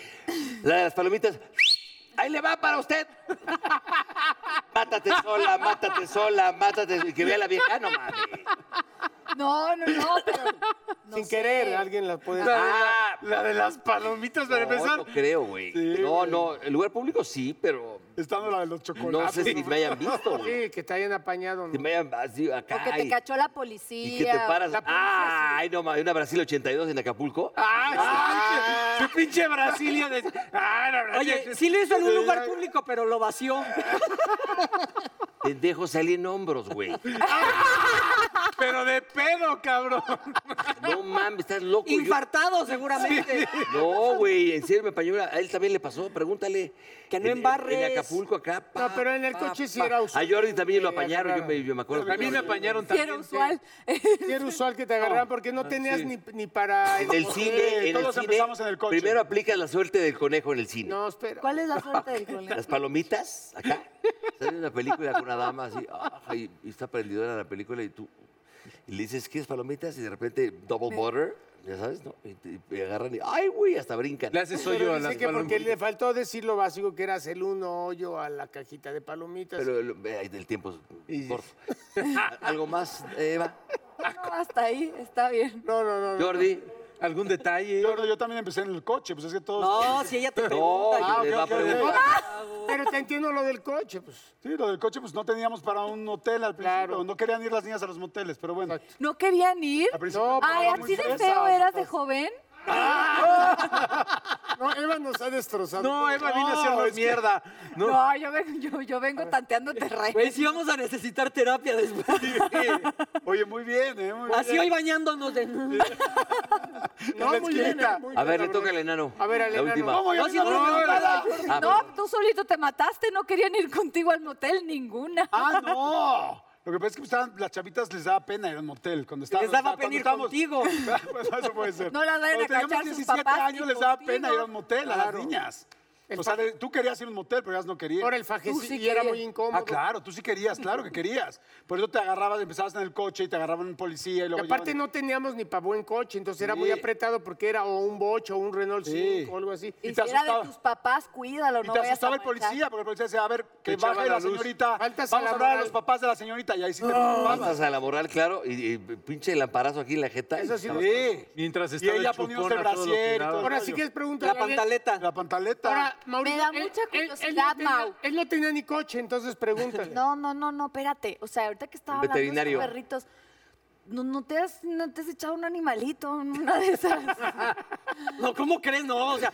Speaker 4: La de las palomitas. Ahí le va para usted. Mátate sola, mátate sola, mátate. Y Que vea la vieja. Ah, no mames.
Speaker 8: No, no, no, pero... no
Speaker 5: Sin
Speaker 8: sé.
Speaker 5: querer, alguien la puede.
Speaker 4: Ah,
Speaker 3: La de las palomitas para
Speaker 4: no,
Speaker 3: empezar.
Speaker 4: no creo, güey.
Speaker 3: Sí,
Speaker 4: no,
Speaker 3: güey.
Speaker 4: no. El lugar público sí, pero
Speaker 3: Estando la de los
Speaker 4: no
Speaker 3: chocolates.
Speaker 4: sé si me hayan visto, güey.
Speaker 5: Sí, que te hayan apañado. ¿no?
Speaker 4: Si me hayan así acá.
Speaker 8: O que te
Speaker 4: y-
Speaker 8: cachó la policía.
Speaker 4: Y que te paras.
Speaker 8: La policía,
Speaker 4: Ah, ay, no mames. Una Brasil 82 en Acapulco.
Speaker 3: Ah.
Speaker 2: Ay, su pinche Brasilia. De... Ah, la verdad
Speaker 1: Oye,
Speaker 2: que-
Speaker 1: sí lo hizo en un lugar público, pero lo vació.
Speaker 4: Pendejo salí en hombros, güey.
Speaker 2: Pero de pedo, cabrón.
Speaker 4: No mames, estás loco. yo-
Speaker 1: Infartado, seguramente.
Speaker 4: No, güey, en serio me apañó. una- A él también le pasó, pregúntale.
Speaker 1: Que no
Speaker 4: En- en-
Speaker 1: embarres.
Speaker 4: En Acapulco, acá. pa,
Speaker 5: No, pero en el
Speaker 4: pa,
Speaker 5: coche sí
Speaker 4: pa.
Speaker 5: era usual
Speaker 4: A Jordi también lo
Speaker 5: que
Speaker 4: apañaron, yo me,
Speaker 5: agarraran.
Speaker 4: yo me acuerdo.
Speaker 2: A mí me apañaron
Speaker 8: Sí, era
Speaker 2: también. sí.
Speaker 8: usual.
Speaker 5: Sí era usual que te agarraran porque no tenías
Speaker 2: sí.
Speaker 5: ni, ni para...
Speaker 4: En el cine, en
Speaker 3: todos
Speaker 4: el cine,
Speaker 3: empezamos en el coche.
Speaker 4: Primero aplicas la suerte del conejo en el cine.
Speaker 5: No, espera.
Speaker 8: ¿Cuál es la suerte del colegio?
Speaker 4: Las palomitas, acá. Estás en una película con una dama así, ah, y, y está prendidora la película y tú y le dices, ¿quieres palomitas? Y de repente, double butter, ya sabes, ¿no? Y, te- y agarran y, ay, güey, hasta brincan.
Speaker 2: Le haces soy
Speaker 5: Pero
Speaker 2: yo a
Speaker 5: dice
Speaker 2: las
Speaker 5: que porque le
Speaker 2: palomitas.
Speaker 5: faltó decir lo básico que era hacer un hoyo a la cajita de palomitas.
Speaker 4: Pero lo- ay, el tiempo es corto. ¿Algo más, Eva?
Speaker 8: No, hasta ahí, está bien.
Speaker 5: No, no, no. no.
Speaker 4: Jordi.
Speaker 2: ¿Algún detalle?
Speaker 3: Yo, yo también empecé en el coche, pues es que todos.
Speaker 1: No, si ella te
Speaker 4: No, ah,
Speaker 1: pregunta.
Speaker 4: yo le va a
Speaker 3: ok, ok.
Speaker 4: preguntar. Ah.
Speaker 5: Pero te entiendo lo del coche, pues.
Speaker 3: Sí, lo del coche, pues no teníamos para un hotel al principio.
Speaker 5: Claro.
Speaker 3: No querían ir las niñas a los moteles, pero bueno.
Speaker 8: ¿No querían ir?
Speaker 3: Al principio
Speaker 5: No,
Speaker 3: estaba
Speaker 8: Ay,
Speaker 3: muy
Speaker 8: ¿así de
Speaker 3: fresa,
Speaker 8: feo eras de
Speaker 3: entonces-
Speaker 8: joven?
Speaker 5: No, Eva nos ha destrozado.
Speaker 2: No, Eva vino a
Speaker 3: No,
Speaker 2: hacernos
Speaker 3: es que-
Speaker 2: mierda. No.
Speaker 8: No, yo, vengo, yo, yo vengo tanteando terreno.
Speaker 1: Güey, sí vamos a necesitar terapia después.
Speaker 3: Oye, muy bien, ¿eh? Muy
Speaker 1: Así
Speaker 3: bien.
Speaker 1: hoy bañándonos de...
Speaker 5: No, muy bien,
Speaker 3: Mezquita.
Speaker 5: eh,
Speaker 4: A
Speaker 5: muy bien,
Speaker 4: ver,
Speaker 5: la
Speaker 4: le toca
Speaker 5: verdad.
Speaker 4: al enano.
Speaker 5: A ver, al
Speaker 4: La
Speaker 5: enano.
Speaker 4: última.
Speaker 3: ¿Cómo,
Speaker 1: No,
Speaker 3: Jordi?
Speaker 1: si no le
Speaker 3: No,
Speaker 1: preguntaba.
Speaker 4: Ah,
Speaker 8: No, tú solito te mataste, no querían ir contigo al motel ninguna.
Speaker 3: Ah, no. Lo que pasa es que estaban, las chavitas les daba pena ir al motel cuando estaban.
Speaker 1: Les daba pena
Speaker 3: cuando
Speaker 1: ir
Speaker 3: estábamos-
Speaker 1: contigo.
Speaker 3: Bueno, Pues eso puede ser.
Speaker 8: No las vayan a
Speaker 3: Cuando teníamos
Speaker 8: cachar sus
Speaker 3: 17
Speaker 8: papás ni
Speaker 3: años les daba
Speaker 8: contigo.
Speaker 3: pena ir a un motel a las
Speaker 5: Claro.
Speaker 3: niñas. O sea, de- tú querías ir a un motel, pero ellas no querían.
Speaker 5: Por el fajecillo y era muy incómodo.
Speaker 3: Ah, claro, tú sí querías, claro que querías. Por eso te agarrabas, empezabas en el coche y te agarraban un policía y
Speaker 5: Y
Speaker 3: luego...
Speaker 5: aparte
Speaker 3: llevaban-
Speaker 5: no teníamos ni para buen coche, entonces era muy
Speaker 3: Sí.
Speaker 5: apretado porque era o un bocho o un Renault
Speaker 3: Sí.
Speaker 5: 5 o algo así.
Speaker 3: Y
Speaker 8: Y
Speaker 3: te
Speaker 8: si era de
Speaker 3: asustaba.
Speaker 8: tus papás, cuídalo,
Speaker 3: Y
Speaker 8: no
Speaker 3: te
Speaker 8: vayas a
Speaker 3: asustaba el
Speaker 8: manchar.
Speaker 3: policía, porque el policía decía, a ver, que
Speaker 2: echaba
Speaker 3: baje la
Speaker 2: la luz.
Speaker 3: señorita,
Speaker 5: Faltas a
Speaker 3: vamos
Speaker 5: la
Speaker 3: a hablar a
Speaker 5: moral.
Speaker 3: los papás de la señorita. Y ahí sí te
Speaker 4: Pasas
Speaker 3: preocupabas.
Speaker 4: a la moral, claro, y, y pinche lamparazo aquí en la jeta.
Speaker 5: Eso sí
Speaker 4: y-
Speaker 5: lo-
Speaker 3: Sí.
Speaker 2: Mientras
Speaker 3: Y
Speaker 2: estaba
Speaker 3: ella
Speaker 2: el chupón
Speaker 3: poniéndose el
Speaker 2: a todo lo
Speaker 3: brasier y
Speaker 2: que daba.
Speaker 3: todo el
Speaker 5: Ahora
Speaker 3: rollo.
Speaker 5: sí que es pregunta.
Speaker 1: La
Speaker 5: Gabriel.
Speaker 1: pantaleta.
Speaker 3: La pantaleta.
Speaker 5: Ahora, Mauricio,
Speaker 8: Me da
Speaker 5: él-
Speaker 8: mucha
Speaker 5: él- él no
Speaker 8: curiosidad,
Speaker 5: tenía-
Speaker 8: Mau.
Speaker 5: Él no tenía ni coche, entonces pregúntale.
Speaker 8: No, no, no, no, espérate. O sea, ahorita que estaba hablando de
Speaker 4: veterinario.
Speaker 8: esos perritos, no, no, te has, no te has echado un animalito en una de esas.
Speaker 1: No, ¿cómo crees? No, o sea,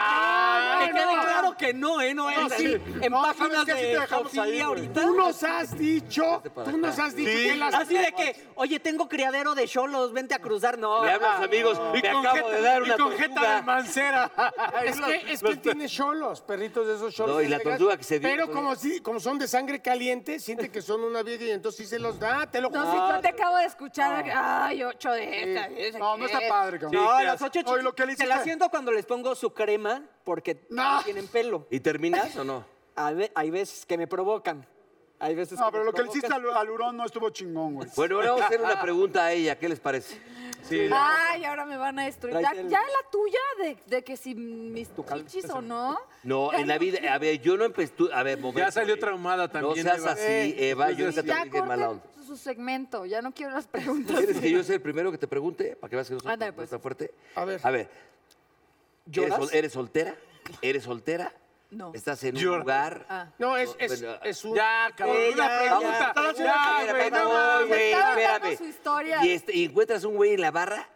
Speaker 5: Ah,
Speaker 1: que quede
Speaker 5: no.
Speaker 1: claro que no, ¿eh? No, es
Speaker 5: sí.
Speaker 1: en
Speaker 3: No, ¿sabes
Speaker 1: páginas
Speaker 3: qué? Sí te
Speaker 1: de
Speaker 3: dejamos ahí,
Speaker 1: Sofía
Speaker 3: güey.
Speaker 1: ahorita.
Speaker 5: Tú nos has dicho, tú nos has dicho que las...
Speaker 1: Así de que, oye, tengo criadero de cholos, vente a cruzar. No,
Speaker 4: Le hablas, amigos,
Speaker 2: Y
Speaker 4: me
Speaker 2: con
Speaker 4: acabo
Speaker 2: jeta-
Speaker 4: de dar
Speaker 2: y
Speaker 4: una
Speaker 2: con jeta de
Speaker 4: tortuga.
Speaker 2: mancera.
Speaker 5: Es que, es que él tiene cholos, perritos de esos cholos.
Speaker 4: No, y la tortuga que se dio,
Speaker 5: Pero
Speaker 4: pues,
Speaker 5: como, si, como son de sangre caliente, siente que son una vieja y entonces sí se los da, te lo
Speaker 8: No, si
Speaker 5: juro.
Speaker 8: yo te acabo de escuchar, ay, ocho de estas. de esas,
Speaker 3: No, no está
Speaker 8: ¿qué?
Speaker 3: padre, cabrón.
Speaker 1: No,
Speaker 2: ¿qué
Speaker 1: las
Speaker 2: haces?
Speaker 1: ocho
Speaker 3: Oye, lo que le
Speaker 1: chiquitas. Te la
Speaker 3: hiciste.
Speaker 1: siento cuando les pongo su crema porque no tienen pelo.
Speaker 4: ¿Y terminas o no?
Speaker 1: A ve- hay veces que me provocan. Hay veces
Speaker 3: No,
Speaker 1: me
Speaker 3: pero lo que le
Speaker 1: provocan.
Speaker 3: hiciste al, al hurón no estuvo chingón, güey.
Speaker 4: Bueno, ahora vamos a hacer una pregunta a ella, ¿qué les parece?
Speaker 2: Sí, la-
Speaker 8: Ay, ahora me van a destruir. Ya,
Speaker 1: Tráete el-
Speaker 8: ya la tuya de, de que si mis chichis o no.
Speaker 4: No,
Speaker 8: Ya
Speaker 4: en la vida, a ver, yo no empecé, tú- a ver, momento,
Speaker 2: Ya salió
Speaker 4: eh.
Speaker 2: traumada también,
Speaker 4: No seas
Speaker 2: Eva. Eh,
Speaker 4: así, Eva, yo ahorita te
Speaker 8: Ya
Speaker 4: dije en mala onda.
Speaker 8: corten su segmento, ya no quiero las preguntas.
Speaker 4: ¿Quieres que yo sea el primero que te pregunte? Para que veas que no, soy-
Speaker 8: Ándale,
Speaker 4: no
Speaker 8: pues.
Speaker 4: está fuerte.
Speaker 5: A ver.
Speaker 4: A ver, ¿eres,
Speaker 1: ¿Lloras?
Speaker 4: sol- eres soltera? ¿Eres soltera?
Speaker 8: No. Ah.
Speaker 4: ¿Estás en un
Speaker 2: Llora.
Speaker 4: lugar?
Speaker 5: No, es, es,
Speaker 4: Bueno,
Speaker 5: es un...
Speaker 2: Ya, cabrón,
Speaker 1: Eh,
Speaker 2: una
Speaker 1: ya,
Speaker 2: pregunta.
Speaker 4: Vamos,
Speaker 2: Ya,
Speaker 4: espérame,
Speaker 2: güey,
Speaker 4: no
Speaker 2: no
Speaker 4: voy,
Speaker 2: mames.
Speaker 4: güey,
Speaker 8: Estaba contando
Speaker 4: espérame.
Speaker 8: su historia.
Speaker 4: Y, este- y encuentras un güey en la barra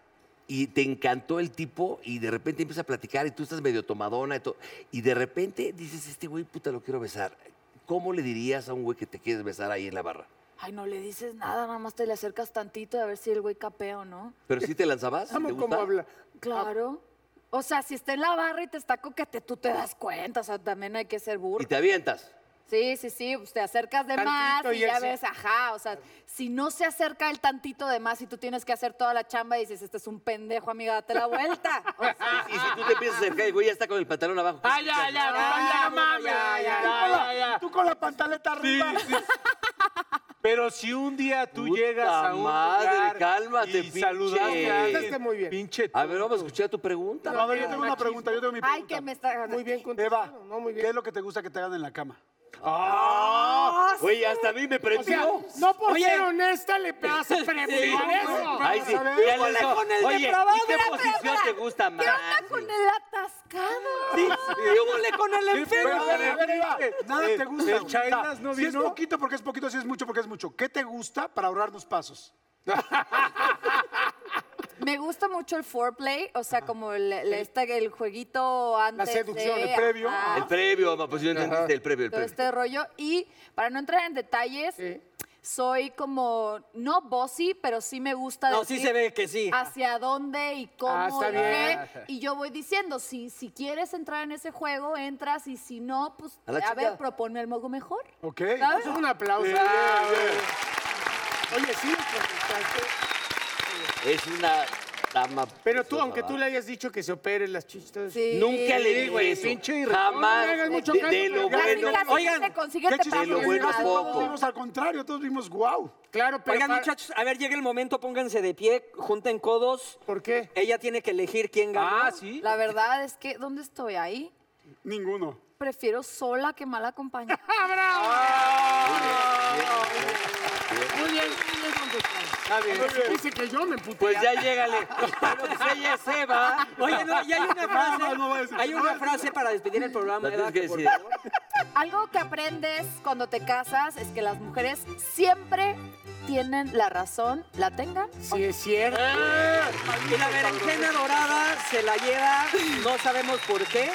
Speaker 4: y te encantó el tipo y de repente empieza a platicar y tú estás medio tomadona y todo. Y de repente dices, este güey, puta, lo quiero besar. ¿Cómo le dirías a un güey que te quieres besar ahí en la barra?
Speaker 8: Ay, no le dices nada, nada más te le acercas tantito y a ver si el güey capea o no.
Speaker 4: ¿Pero si te lanzabas? ¿Sí
Speaker 5: Amo
Speaker 4: ¿Te
Speaker 5: cómo
Speaker 4: gusta?
Speaker 5: habla.
Speaker 8: Claro. O sea, si está en la barra y te está coquete, tú te das cuenta. O sea, también hay que ser
Speaker 4: Y
Speaker 8: burro.
Speaker 4: te avientas.
Speaker 8: Sí, sí, sí. Pues te acercas de
Speaker 5: Tantito
Speaker 8: más y,
Speaker 5: y él
Speaker 8: ya
Speaker 5: sí.
Speaker 8: ves, ajá. O sea, si no se acerca el tantito de más y tú tienes que hacer toda la chamba y dices, este es un pendejo, amiga, date la vuelta. O sea,
Speaker 4: Y si tú te empiezas a acercar, el güey ya está con el pantalón abajo.
Speaker 2: Ay, ya, ya, ya, mames. Ya, ya, ya.
Speaker 3: Tú con la pantaleta arriba.
Speaker 2: Sí, sí. Pero si un día tú
Speaker 4: Puta
Speaker 2: llegas a un
Speaker 4: madre,
Speaker 2: lugar
Speaker 4: cálmate,
Speaker 2: y
Speaker 4: pinche.
Speaker 2: saludaste a alguien,
Speaker 5: Contestaste Este muy bien.
Speaker 2: pinche
Speaker 4: A ver, vamos a escuchar tu pregunta.
Speaker 3: No, a ver, yo tengo una pregunta, yo tengo mi pregunta.
Speaker 8: ay, que me está...
Speaker 5: Muy bien contestado,
Speaker 3: Eva,
Speaker 5: ¿no? Muy
Speaker 3: ¿qué es
Speaker 5: bien.
Speaker 3: lo que te gusta que te hagan en la cama?
Speaker 4: Güey, hasta a mí me prendió.
Speaker 5: Ah, O sea, no por
Speaker 1: Oye.
Speaker 5: ser honesta le vas a preguntar eso.
Speaker 4: Ay, sí.
Speaker 3: a ver,
Speaker 4: ya
Speaker 1: con
Speaker 4: le
Speaker 1: el-
Speaker 4: digo,
Speaker 1: con el
Speaker 4: Oye, ¿y
Speaker 1: depravado,
Speaker 4: qué
Speaker 1: espera, espera,
Speaker 4: posición
Speaker 1: espera.
Speaker 4: te gusta
Speaker 8: ¿Qué
Speaker 4: más?
Speaker 8: onda con el atascado?
Speaker 1: Sí, sí, húbole con el enfermo.
Speaker 3: Pero, a ver, a ver, Eva, nada
Speaker 2: El-
Speaker 3: te gusta.
Speaker 2: el
Speaker 3: güey.
Speaker 2: Eh, Chailas no
Speaker 3: si es
Speaker 2: vino.
Speaker 3: poquito porque es poquito, si es mucho porque es mucho. ¿Qué te gusta para ahorrarnos pasos?
Speaker 8: Me gusta mucho el foreplay, o sea, como el, el- este- el jueguito antes.
Speaker 5: seducción,
Speaker 8: de-
Speaker 5: el previo.
Speaker 8: ajá,
Speaker 4: El previo, Ah, mamá, pues yo entendiste el previo, el
Speaker 8: todo
Speaker 4: previo.
Speaker 8: este rollo. Y para no entrar en detalles, soy como, no bossy, pero sí me gusta
Speaker 1: No, sí
Speaker 8: decir
Speaker 1: se ve que sí.
Speaker 8: hacia dónde y cómo
Speaker 5: Ah, está
Speaker 8: y
Speaker 5: bien.
Speaker 8: qué. Y yo voy diciendo, si, si quieres entrar en ese juego, entras, y si no, pues
Speaker 4: A la
Speaker 8: a, ver,
Speaker 4: chingada.
Speaker 8: proponme algo mejor.
Speaker 3: ¿Ok?
Speaker 8: ¿sabes?
Speaker 5: Un aplauso.
Speaker 2: Eh,
Speaker 5: Oye, sí, contestaste.
Speaker 4: Es una dama.
Speaker 5: Pero tú,
Speaker 4: preciosa,
Speaker 5: aunque tú
Speaker 4: ¿va?
Speaker 5: le hayas dicho que se operen las chistas.
Speaker 8: Sí.
Speaker 4: Nunca le
Speaker 5: Sí,
Speaker 4: digo
Speaker 5: güey,
Speaker 4: eso.
Speaker 5: pinche irre-
Speaker 4: Jamás.
Speaker 5: No le hagas mucho
Speaker 4: de,
Speaker 5: caso,
Speaker 4: de lo
Speaker 5: pero
Speaker 8: Casi,
Speaker 4: bueno.
Speaker 8: casi
Speaker 1: Oigan,
Speaker 8: se consigue
Speaker 3: ¿Qué
Speaker 8: te
Speaker 3: chiste?
Speaker 8: paso
Speaker 4: lo
Speaker 8: el
Speaker 4: bueno
Speaker 8: dato.
Speaker 4: poco.
Speaker 3: Todos vimos al contrario, todos vimos wow.
Speaker 5: Claro, pero...
Speaker 1: Oigan,
Speaker 5: para-
Speaker 1: muchachos, a ver, llega el momento, pónganse de pie, junten codos.
Speaker 5: ¿Por qué?
Speaker 1: Ella tiene que elegir quién gana.
Speaker 2: Ah, sí.
Speaker 8: La verdad es que, ¿dónde estoy ahí?
Speaker 3: Ninguno.
Speaker 8: Prefiero sola que mal acompañada.
Speaker 5: Muy bien, muy bien contestado. Está bien. Dice que yo me emputé.
Speaker 4: Pues ya llégale. Pero pues ella se va.
Speaker 1: Oye, no, y hay una frase,
Speaker 3: no, no voy a decir
Speaker 1: hay una frase para despedir el programa.
Speaker 4: La tienes
Speaker 1: ¿verdad?
Speaker 4: que
Speaker 1: por
Speaker 4: decir.
Speaker 1: favor.
Speaker 8: Algo que aprendes cuando te casas es que las mujeres siempre tienen la razón, la tengan. o
Speaker 5: Sí, es cierto.
Speaker 1: Y la berenjena dorada se la lleva, no sabemos por qué,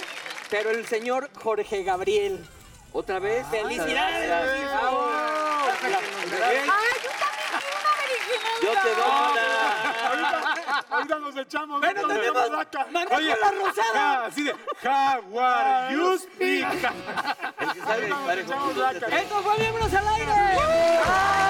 Speaker 1: pero el señor Jorge Gabriel.
Speaker 4: Otra vez.
Speaker 1: ¡Felicidades!
Speaker 4: Gracias.
Speaker 8: no. ¡Ay, yo también quiero una berenjena!
Speaker 4: Yo te doy una.
Speaker 3: Ahorita,
Speaker 2: Ah.
Speaker 3: ahorita nos echamos.
Speaker 1: Bueno,
Speaker 3: nos
Speaker 1: tenemos
Speaker 3: echamos vaca.
Speaker 1: Manuel con la rosada.
Speaker 3: ja, así de Jaguar Yus y ja-
Speaker 4: El que sabe,
Speaker 3: Ahorita nos
Speaker 4: parejo.
Speaker 3: echamos vaca.
Speaker 1: ¡Esto fue Miembros al Aire!